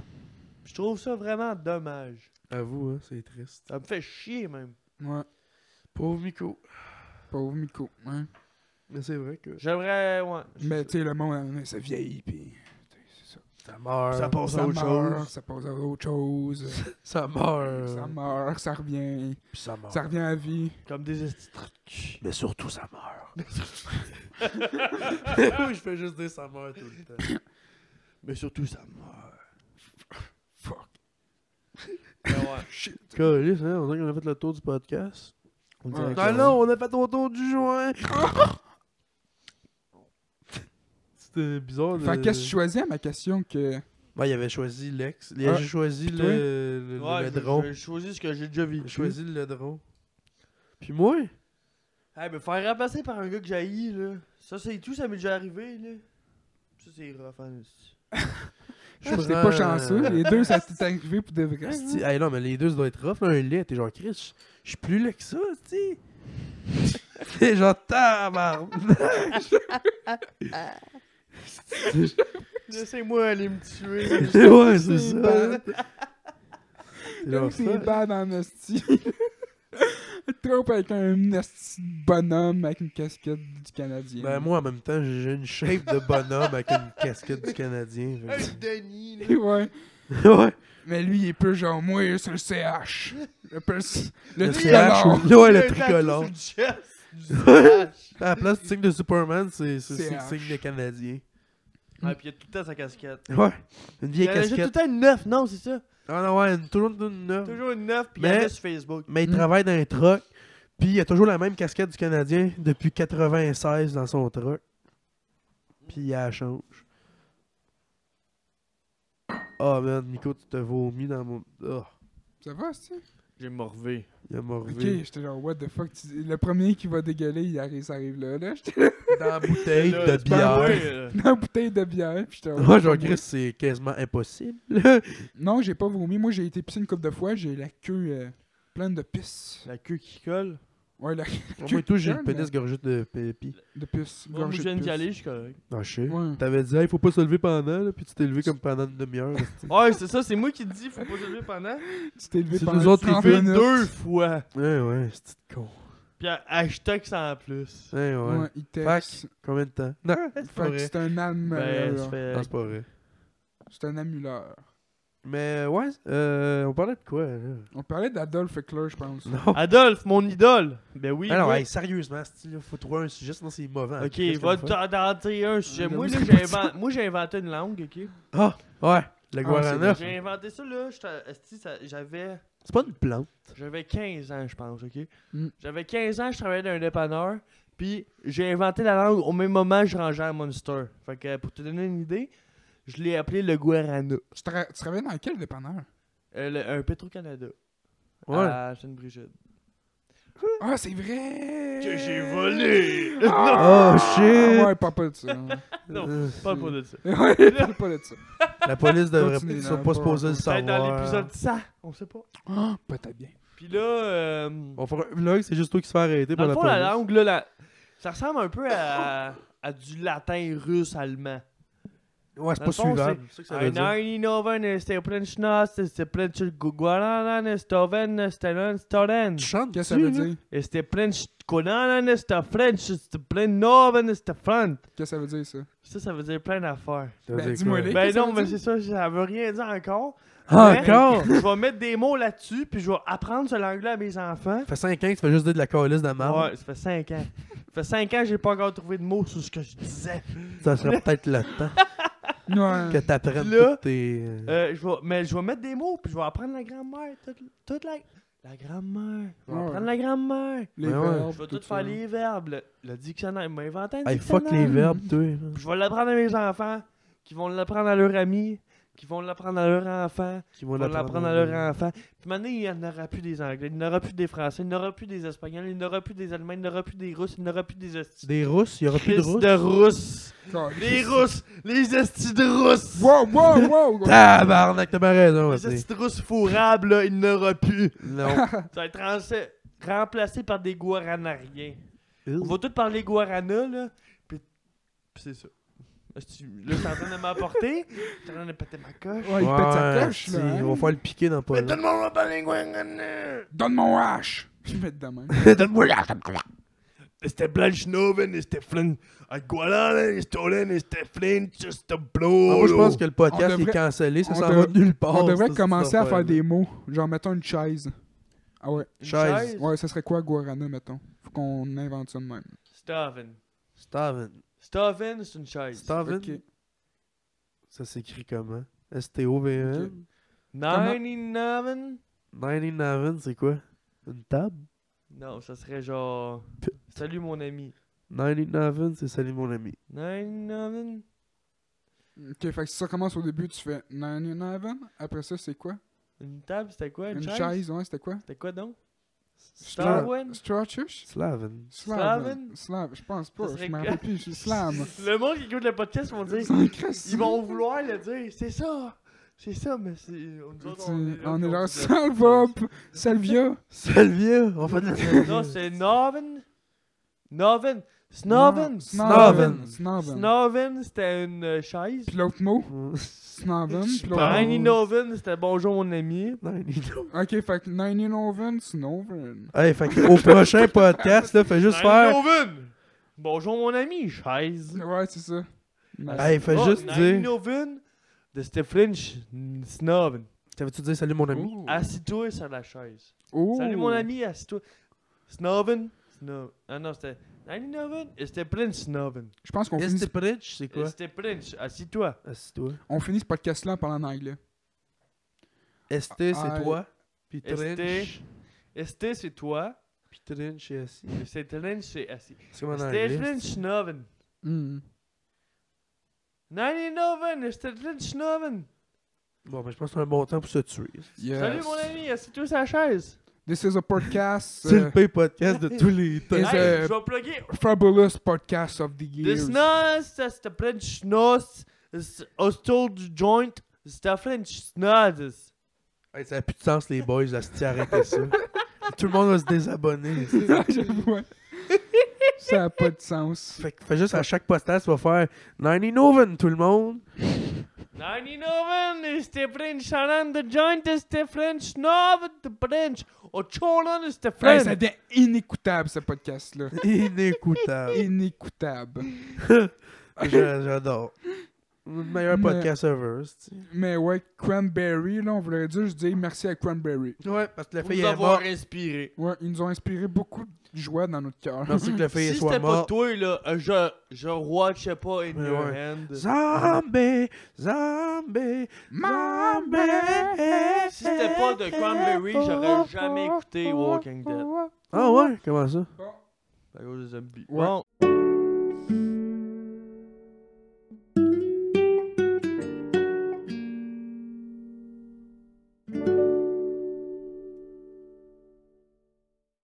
Speaker 2: Je trouve ça vraiment dommage.
Speaker 1: Avoue, hein, c'est triste.
Speaker 2: Ça me fait chier, même.
Speaker 3: Ouais,
Speaker 1: Pauvre Miko.
Speaker 3: pauvre Miko. Ouais.
Speaker 1: Mais c'est vrai que.
Speaker 2: J'aimerais, ouais.
Speaker 3: Mais tu sais, le monde, à un moment donné, ça vieillit, pis. tu sais, c'est ça.
Speaker 1: Ça meurt.
Speaker 2: Ça passe à
Speaker 3: Ça
Speaker 2: autre
Speaker 3: meurt,
Speaker 2: chose.
Speaker 3: ça passe à autre chose.
Speaker 1: Ça meurt.
Speaker 3: Ça meurt, ça revient.
Speaker 1: Puis ça meurt.
Speaker 3: Ça revient à vie.
Speaker 2: Comme des esti de trucs.
Speaker 1: Mais surtout, ça meurt. je fais juste dire ça meurt tout le temps.
Speaker 2: Mais surtout, ça meurt.
Speaker 3: Fuck.
Speaker 2: Ben ouais.
Speaker 3: Shit.
Speaker 1: Calice, hein, on dirait qu'on a fait le tour du podcast.
Speaker 2: On
Speaker 3: dirait
Speaker 1: Ah non, on a fait au tour du joint. C'était bizarre. de-
Speaker 3: Fait qu'est-ce que tu choisis à ma question que.
Speaker 1: Ouais, il avait choisi Lex. Il avait
Speaker 3: Ah,
Speaker 1: choisi
Speaker 3: toi?
Speaker 1: le, le,
Speaker 2: Ouais,
Speaker 1: le
Speaker 2: je-
Speaker 1: drone.
Speaker 2: je choisis ce que j'ai déjà
Speaker 1: Il
Speaker 2: vu.
Speaker 1: a choisi le drone. Puis moi,
Speaker 2: Eh ben, faire remplacer par un gars que j'haïs, là. Ça, c'est tout, ça m'est déjà arrivé, là. Ça, c'est rough, hein, c'est-
Speaker 1: je
Speaker 3: Ah,
Speaker 1: prends-
Speaker 3: C'était pas chanceux. Les deux, ça t'est arrivé pour de vrai. hein.
Speaker 1: Asti, hey, non, mais les deux, ça doit être rough. Là, un lit, t'es genre, Chris, je je suis plus laid que ça, tu T'es genre, tabarnak.
Speaker 2: Laissez-moi aller me tuer.
Speaker 1: ouais, c'est
Speaker 3: C'est
Speaker 1: ça.
Speaker 3: bad.
Speaker 1: T'es
Speaker 3: Comme
Speaker 1: genre
Speaker 3: c'est
Speaker 1: ça.
Speaker 3: bad en hostie. Trompe avec un hostie de bonhomme avec une casquette du Canadien.
Speaker 1: Ben, moi, en même temps, j'ai une shape de bonhomme avec une casquette du Canadien.
Speaker 2: Un
Speaker 1: fait
Speaker 2: Denis, là.
Speaker 3: ouais.
Speaker 1: que- ouais.
Speaker 3: Mais lui, il est plus genre, moi, c'est le CH. Le, plus... le,
Speaker 1: Le
Speaker 3: tricolore.
Speaker 1: CH, ou- ouais,
Speaker 2: Il a
Speaker 1: le
Speaker 2: un tatou
Speaker 1: tricolore.
Speaker 2: sur le chest, du CH.
Speaker 1: À la place du signe de Superman, c'est c'est- c'est le
Speaker 3: CH.
Speaker 1: signe des Canadiens.
Speaker 2: Ah, puis il y a tout le temps sa casquette.
Speaker 1: Ouais. Une
Speaker 2: Il
Speaker 1: vieille
Speaker 2: y en a tout le
Speaker 1: casquette.
Speaker 2: temps une neuf, non, c'est ça.
Speaker 1: Ah non, ouais, une, toujours une, une neuve.
Speaker 2: Toujours une neuf, puis il y
Speaker 1: Mais-
Speaker 2: en a sur Facebook.
Speaker 1: Mais il
Speaker 3: Mm.
Speaker 1: travaille dans un truck. Puis il a toujours la même casquette du Canadien depuis 96 dans son truck. Puis il la change. Ah man, Nico, tu te vomis dans mon. Ah,
Speaker 3: Ça va, hostie?
Speaker 2: J'ai morvé.
Speaker 1: il a morvé.
Speaker 3: Ok, j'étais genre, what the fuck. tu- Le premier qui va dégueuler, il arrive, ça arrive là. là. J'étais là,
Speaker 1: Dans la bouteille
Speaker 2: Là,
Speaker 1: de
Speaker 2: c'est pas
Speaker 1: bière.
Speaker 2: vrai, là.
Speaker 3: dans la bouteille de bière. Puis j'étais
Speaker 1: Moi, genre, Chris, c'est quasiment impossible.
Speaker 3: Non, j'ai pas vomi. Moi, j'ai été pisser une couple de fois. J'ai la queue euh, pleine de pisse.
Speaker 2: La queue qui colle.
Speaker 3: Ouais, la
Speaker 1: Moi et tout, j'ai
Speaker 3: Jeune,
Speaker 1: le pénis gorgé de pépi.
Speaker 3: de pisse.
Speaker 2: Moi, je
Speaker 3: gorgée de
Speaker 2: viens d'y
Speaker 3: pisse.
Speaker 2: aller, je suis correct.
Speaker 1: Ah, je sais.
Speaker 3: Ouais.
Speaker 1: T'avais dit, hey, faut pas se lever pendant, là, puis tu t'es levé comme pendant une demi-heure.
Speaker 2: Ouais, c'est ça, c'est moi qui te dis, faut pas se lever pendant.
Speaker 3: Tu t'es levé
Speaker 1: C'est
Speaker 3: pendant
Speaker 1: nous autres les
Speaker 3: 30
Speaker 1: filles,
Speaker 3: minutes.
Speaker 2: Deux fois.
Speaker 1: ouais, ouais, c'est petite con.
Speaker 2: Puis hashtag ça en plus.
Speaker 1: Ouais, ouais.
Speaker 3: Ouais, il texte.
Speaker 1: Combien de temps? Non, c'est pas
Speaker 3: Fait que
Speaker 1: vrai.
Speaker 3: c'est un
Speaker 2: Ben, ça
Speaker 3: amuleur.
Speaker 2: fait-
Speaker 1: Non, c'est pas vrai.
Speaker 3: C'est un amuleur.
Speaker 1: Mais ouais, euh, on parlait de quoi là? Ah,
Speaker 3: On parlait d'Adolphe Hitler, je pense.
Speaker 1: Non.
Speaker 2: Adolphe, mon idole. Ben oui.
Speaker 1: Alors,
Speaker 2: moi.
Speaker 1: hey, sérieusement, il faut trouver un sujet, sinon c'est mauvais. hein.
Speaker 2: Ok,
Speaker 1: Qu'est-ce
Speaker 2: va
Speaker 1: qu'on fait?
Speaker 2: t'en tenter un sujet.
Speaker 3: Ouais,
Speaker 2: Moi,
Speaker 3: mais
Speaker 2: là,
Speaker 3: c'est
Speaker 2: j'ai
Speaker 3: pas Ah, ça.
Speaker 2: invent- moi, j'ai inventé une langue, ok?
Speaker 1: Ah, ouais, le
Speaker 3: Ah,
Speaker 1: guarana.
Speaker 2: J'ai inventé ça, là. j'étais- esti, ça- J'avais.
Speaker 1: C'est pas une plante.
Speaker 2: J'avais 15 ans, je pense, ok?
Speaker 3: Mm.
Speaker 2: J'avais 15 ans, je travaillais dans un dépanneur, puis j'ai inventé la langue au même moment que je rangeais un Monster. Fait que pour te donner une idée, je l'ai appelé le Guarana.
Speaker 3: Tu, tra- tu travaillais dans quel dépanneur?
Speaker 2: Euh, le- un Petro-Canada.
Speaker 1: Ouais.
Speaker 2: À Sainte-Brigitte.
Speaker 3: Ah, c'est vrai!
Speaker 2: Que j'ai volé!
Speaker 3: Ah,
Speaker 1: Oh, shit!
Speaker 2: Ah,
Speaker 3: Ouais, parle pas de ça.
Speaker 2: Non.
Speaker 1: Euh,
Speaker 2: Parle pas de ça.
Speaker 3: ouais, parle pas de ça.
Speaker 1: la police devrait
Speaker 3: Continue,
Speaker 1: ils
Speaker 3: non,
Speaker 1: sont pas
Speaker 3: pas-
Speaker 1: se poser le
Speaker 2: Peut-être dans
Speaker 1: savoir.
Speaker 2: l'épisode 100, on sait pas.
Speaker 3: Ah, peut-être bien.
Speaker 2: Puis là, euh,
Speaker 1: On fera un vlog, c'est juste toi qui se fait arrêter
Speaker 2: dans
Speaker 1: par
Speaker 2: le
Speaker 1: la
Speaker 2: fond,
Speaker 1: police.
Speaker 2: la langue, là, la- ça ressemble un peu à, à du latin russe-allemand.
Speaker 1: Ouais, c'est
Speaker 2: Dans
Speaker 1: pas
Speaker 2: le fond,
Speaker 1: suivable. C'est ça que ça veut
Speaker 2: Ein
Speaker 1: dire.
Speaker 2: Eininoven, c'était plein de schnoz, c'était plein de chul- guguananan, stoven, stelen, stolen.
Speaker 1: Tu chantes,
Speaker 3: Qu'est-ce que ça veut
Speaker 1: là?
Speaker 3: dire?
Speaker 2: Et C'était plein de ch- guguananan, c'était French, c'était plein de noven, c'était front.
Speaker 3: Qu'est-ce que ça veut dire, ça?
Speaker 2: Ça, ça veut dire plein d'affaires.
Speaker 1: Ça veut
Speaker 3: Ben,
Speaker 1: dire
Speaker 3: dis-moi
Speaker 1: quoi?
Speaker 3: les.
Speaker 2: Ben
Speaker 3: qu'est-ce que
Speaker 2: non,
Speaker 3: ça
Speaker 2: mais
Speaker 3: veut
Speaker 2: c'est
Speaker 3: dire?
Speaker 2: ça, ça veut rien dire encore. Mais
Speaker 1: Encore!
Speaker 2: Je vais mettre des mots là-dessus, puis je vais apprendre ce langue-là à mes enfants.
Speaker 1: Ça fait 5 ans que tu fais juste dire de la calice de marde.
Speaker 2: Ouais, ça fait 5 ans. Ça fait 5 ans, j'ai pas encore trouvé de mots sur ce que je disais.
Speaker 1: Ça serait peut-être le temps que
Speaker 3: Ouais.
Speaker 1: t'apprennes
Speaker 2: Là,
Speaker 1: toutes tes... euh,
Speaker 2: Euh, je vais, mais je vais mettre des mots, puis je vais apprendre la grammaire. Toute, toute la, la grammaire. Je vais
Speaker 3: Ouais.
Speaker 2: apprendre la grammaire.
Speaker 3: Les
Speaker 1: Ben Ouais, ouais.
Speaker 3: verbes,
Speaker 2: Je vais tout
Speaker 3: ça.
Speaker 2: faire les verbes, le, le dictionnaire. Il m'a inventé un
Speaker 1: Hey,
Speaker 2: dictionnaire.
Speaker 1: fuck les verbes, toi.
Speaker 2: Puis Je vais l'apprendre à mes enfants, qui vont l'apprendre à leurs amis, qui vont l'apprendre à leurs enfants,
Speaker 1: Qui
Speaker 2: qui vont l'apprendre à
Speaker 1: hein.
Speaker 2: leurs enfants. Puis maintenant, il n'y en aura plus des Anglais, il n'y en aura plus des Français, il n'y en aura plus des Espagnols, il n'y en aura plus des Allemands, il n'y en aura plus des Russes, il n'y en aura plus des Estis.
Speaker 1: Des rousses, il y aura plus de rousses.
Speaker 2: de Russes. Les
Speaker 3: Caliste.
Speaker 2: Russes, les Estis de Russes.
Speaker 3: Wow, wow, wow! wow.
Speaker 1: Tabarnak, t'as bien raison,
Speaker 2: Les
Speaker 1: c'est.
Speaker 2: Estis de Russes fourrables, là, il n'y en aura plus.
Speaker 1: Non.
Speaker 2: Ça va être rense- remplacé par des Guaranariens. On va tous parler Guarana, là. Puis, puis c'est ça. Là, c'est- là, je suis en train de m'apporter. Je suis en train de péter ma coche.
Speaker 3: Ouais, il pète sa cloche, là. hein.
Speaker 1: On va faire le piquer dans pas là. Ah,
Speaker 2: le monde va parler Guarana.
Speaker 3: Donne mon hache! Je vais mettre de même.
Speaker 1: Donne-moi la Donne-moi
Speaker 2: Este Blanchnoven, este Flynn. Guarana, este Olen, este Flynn, juste blow.
Speaker 1: Moi, je pense que le
Speaker 3: On
Speaker 1: podcast il
Speaker 3: devrait-
Speaker 1: est cancellé, ça
Speaker 3: on
Speaker 1: s'en va
Speaker 3: devrait-
Speaker 1: de nulle
Speaker 2: Oh,
Speaker 1: part.
Speaker 3: On devrait
Speaker 1: ça,
Speaker 3: commencer
Speaker 1: cette
Speaker 3: à faire
Speaker 1: affaire-là.
Speaker 3: des mots. Genre, mettons une chaise. Ah ouais.
Speaker 1: chaise.
Speaker 3: Ouais, ça serait quoi, Guarana, mettons? Faut qu'on invente ça de même.
Speaker 2: Staven.
Speaker 1: Staven.
Speaker 2: Staven, c'est une chaise.
Speaker 1: Staven.
Speaker 3: Ok.
Speaker 1: Ça s'écrit comment? S-T-O-V-N?
Speaker 3: Ok.
Speaker 2: 99?
Speaker 1: 99, c'est quoi? Une table?
Speaker 2: Non, ça serait genre. Salut mon ami.
Speaker 1: 99, c'est salut mon ami.
Speaker 2: 99?
Speaker 3: Ok, fait que si ça commence au début, tu fais 99. Après ça, c'est quoi
Speaker 2: Une table, c'était quoi? Une,
Speaker 3: Une
Speaker 2: chaise?
Speaker 3: chaise, ouais, c'était quoi
Speaker 2: C'était quoi donc?
Speaker 1: Sla-
Speaker 2: Starwen?
Speaker 3: Strawchus
Speaker 1: Slaven.
Speaker 3: Slaven
Speaker 2: Slaven?
Speaker 3: Slav, je pense pas,
Speaker 2: Ça
Speaker 3: je
Speaker 2: serait
Speaker 3: me
Speaker 2: quoi?
Speaker 3: rappelle plus, je suis Slam.
Speaker 2: Le monde qui écoute le podcast vont dire.
Speaker 3: C'est Christ.
Speaker 2: Ils vont vouloir le dire. C'est ça! C'est ça, mais c'est. On, nous autres,
Speaker 3: C'est-
Speaker 2: là,
Speaker 3: On est
Speaker 2: puis
Speaker 3: là,
Speaker 2: dit-
Speaker 3: Salva, Salvia.
Speaker 1: Salvia! On fait de la
Speaker 2: Non, c'est Norven. Norven. Snoven.
Speaker 3: Snaven.
Speaker 1: Snaven.
Speaker 3: Snaven.
Speaker 2: Snoven, c'était une euh, chaise.
Speaker 3: Puis l'autre mot, Snaven. Puis l'autre
Speaker 2: Briny
Speaker 3: mot.
Speaker 2: Noven, c'était bonjour mon ami.
Speaker 1: 99.
Speaker 3: Ok, fait que 99, Snoven.
Speaker 1: Hey, fait que au prochain podcast, là, fais juste faire.
Speaker 2: Noven. Bonjour mon ami, chaise.
Speaker 3: Ouais, c'est ça. Nice.
Speaker 1: Hey, fais
Speaker 2: Oh,
Speaker 1: juste
Speaker 2: Briny
Speaker 1: dire.
Speaker 2: Noven, de c'était French mm, Snoven.
Speaker 1: T'avais-tu dit salut mon ami?
Speaker 3: Oh.
Speaker 2: Assis-toi sur la chaise.
Speaker 3: Oh.
Speaker 2: Salut mon ami, assis-toi. Snoven. Snoven. Ah non, c'était Briny Noven et c'était Prince Snoven.
Speaker 3: Je pense qu'on
Speaker 1: Est-ce que
Speaker 3: finit,
Speaker 1: c'est Pritch? C'est
Speaker 2: Et
Speaker 1: quoi?
Speaker 2: C'était Prince, assis-toi.
Speaker 1: Assis-toi.
Speaker 3: on finit ce podcast-là en parlant en anglais.
Speaker 1: ST, c'est
Speaker 3: Aïe.
Speaker 1: toi. Ah, Puis
Speaker 2: ST.
Speaker 1: Trinch.
Speaker 2: Este, c'est toi.
Speaker 1: Puis Trinch est assis.
Speaker 2: Et C'est Prince, c'est assis.
Speaker 1: C'est comme en
Speaker 2: C'était
Speaker 1: anglais.
Speaker 2: Prince Snoven.
Speaker 3: Hmm.
Speaker 2: 99, et c'était Prince Snoven.
Speaker 1: Bon, ben, je pense que c'est un bon temps pour se tuer.
Speaker 3: Yes.
Speaker 2: Salut mon ami, assis-toi sur la chaise.
Speaker 3: This is a podcast.
Speaker 1: C'est le
Speaker 3: uh,
Speaker 1: pire podcast de tous les temps.
Speaker 3: Et
Speaker 2: Hey,
Speaker 3: c'est-
Speaker 2: je vais plugger.
Speaker 3: fabulous podcast of the
Speaker 2: This
Speaker 3: year.
Speaker 2: nose, c'est French nose. It's hostile joint. C'est French nose.
Speaker 1: Hey, ça n'a plus de sens, les boys. Asti, arrêtez ça. Tout le monde va se désabonner. asti.
Speaker 3: J'avoue, ouais. Ça a pas de sens.
Speaker 1: Fait, que- fait juste à chaque podcast, tu vas faire 99, tout le monde.
Speaker 2: 99, et c'était French Sharon, the joint, et c'était French nose, the French. Ocholan, et c'était
Speaker 3: Hey,
Speaker 2: French.
Speaker 3: ça devient inécoutable ce podcast-là.
Speaker 1: Inécoutable.
Speaker 3: Inécoutable.
Speaker 1: Je- J'adore. Le meilleur
Speaker 3: Mais-
Speaker 1: podcast ever. asti.
Speaker 3: Mais ouais, Cranberry, là, on voulait dire, je dis merci à Cranberry.
Speaker 1: Ouais, parce que la
Speaker 2: Vous
Speaker 1: fille est
Speaker 2: avoir
Speaker 1: morte.
Speaker 2: inspiré.
Speaker 3: Ouais, ils nous ont inspiré beaucoup de joie dans notre cœur.
Speaker 1: Merci que la fille
Speaker 2: Si
Speaker 1: soit
Speaker 2: c'était pas
Speaker 1: morte.
Speaker 2: toi, là, euh, je, je watchais pas In
Speaker 1: Ouais,
Speaker 2: Your
Speaker 1: ouais.
Speaker 2: Hand.
Speaker 1: Zombie, zombie, zombie.
Speaker 2: Si c'était pas de Cranberry, j'aurais jamais écouté Walking Dead.
Speaker 1: Ah ouais, comment ça?
Speaker 2: À cause des zombies.
Speaker 3: Ouais.
Speaker 2: Bon.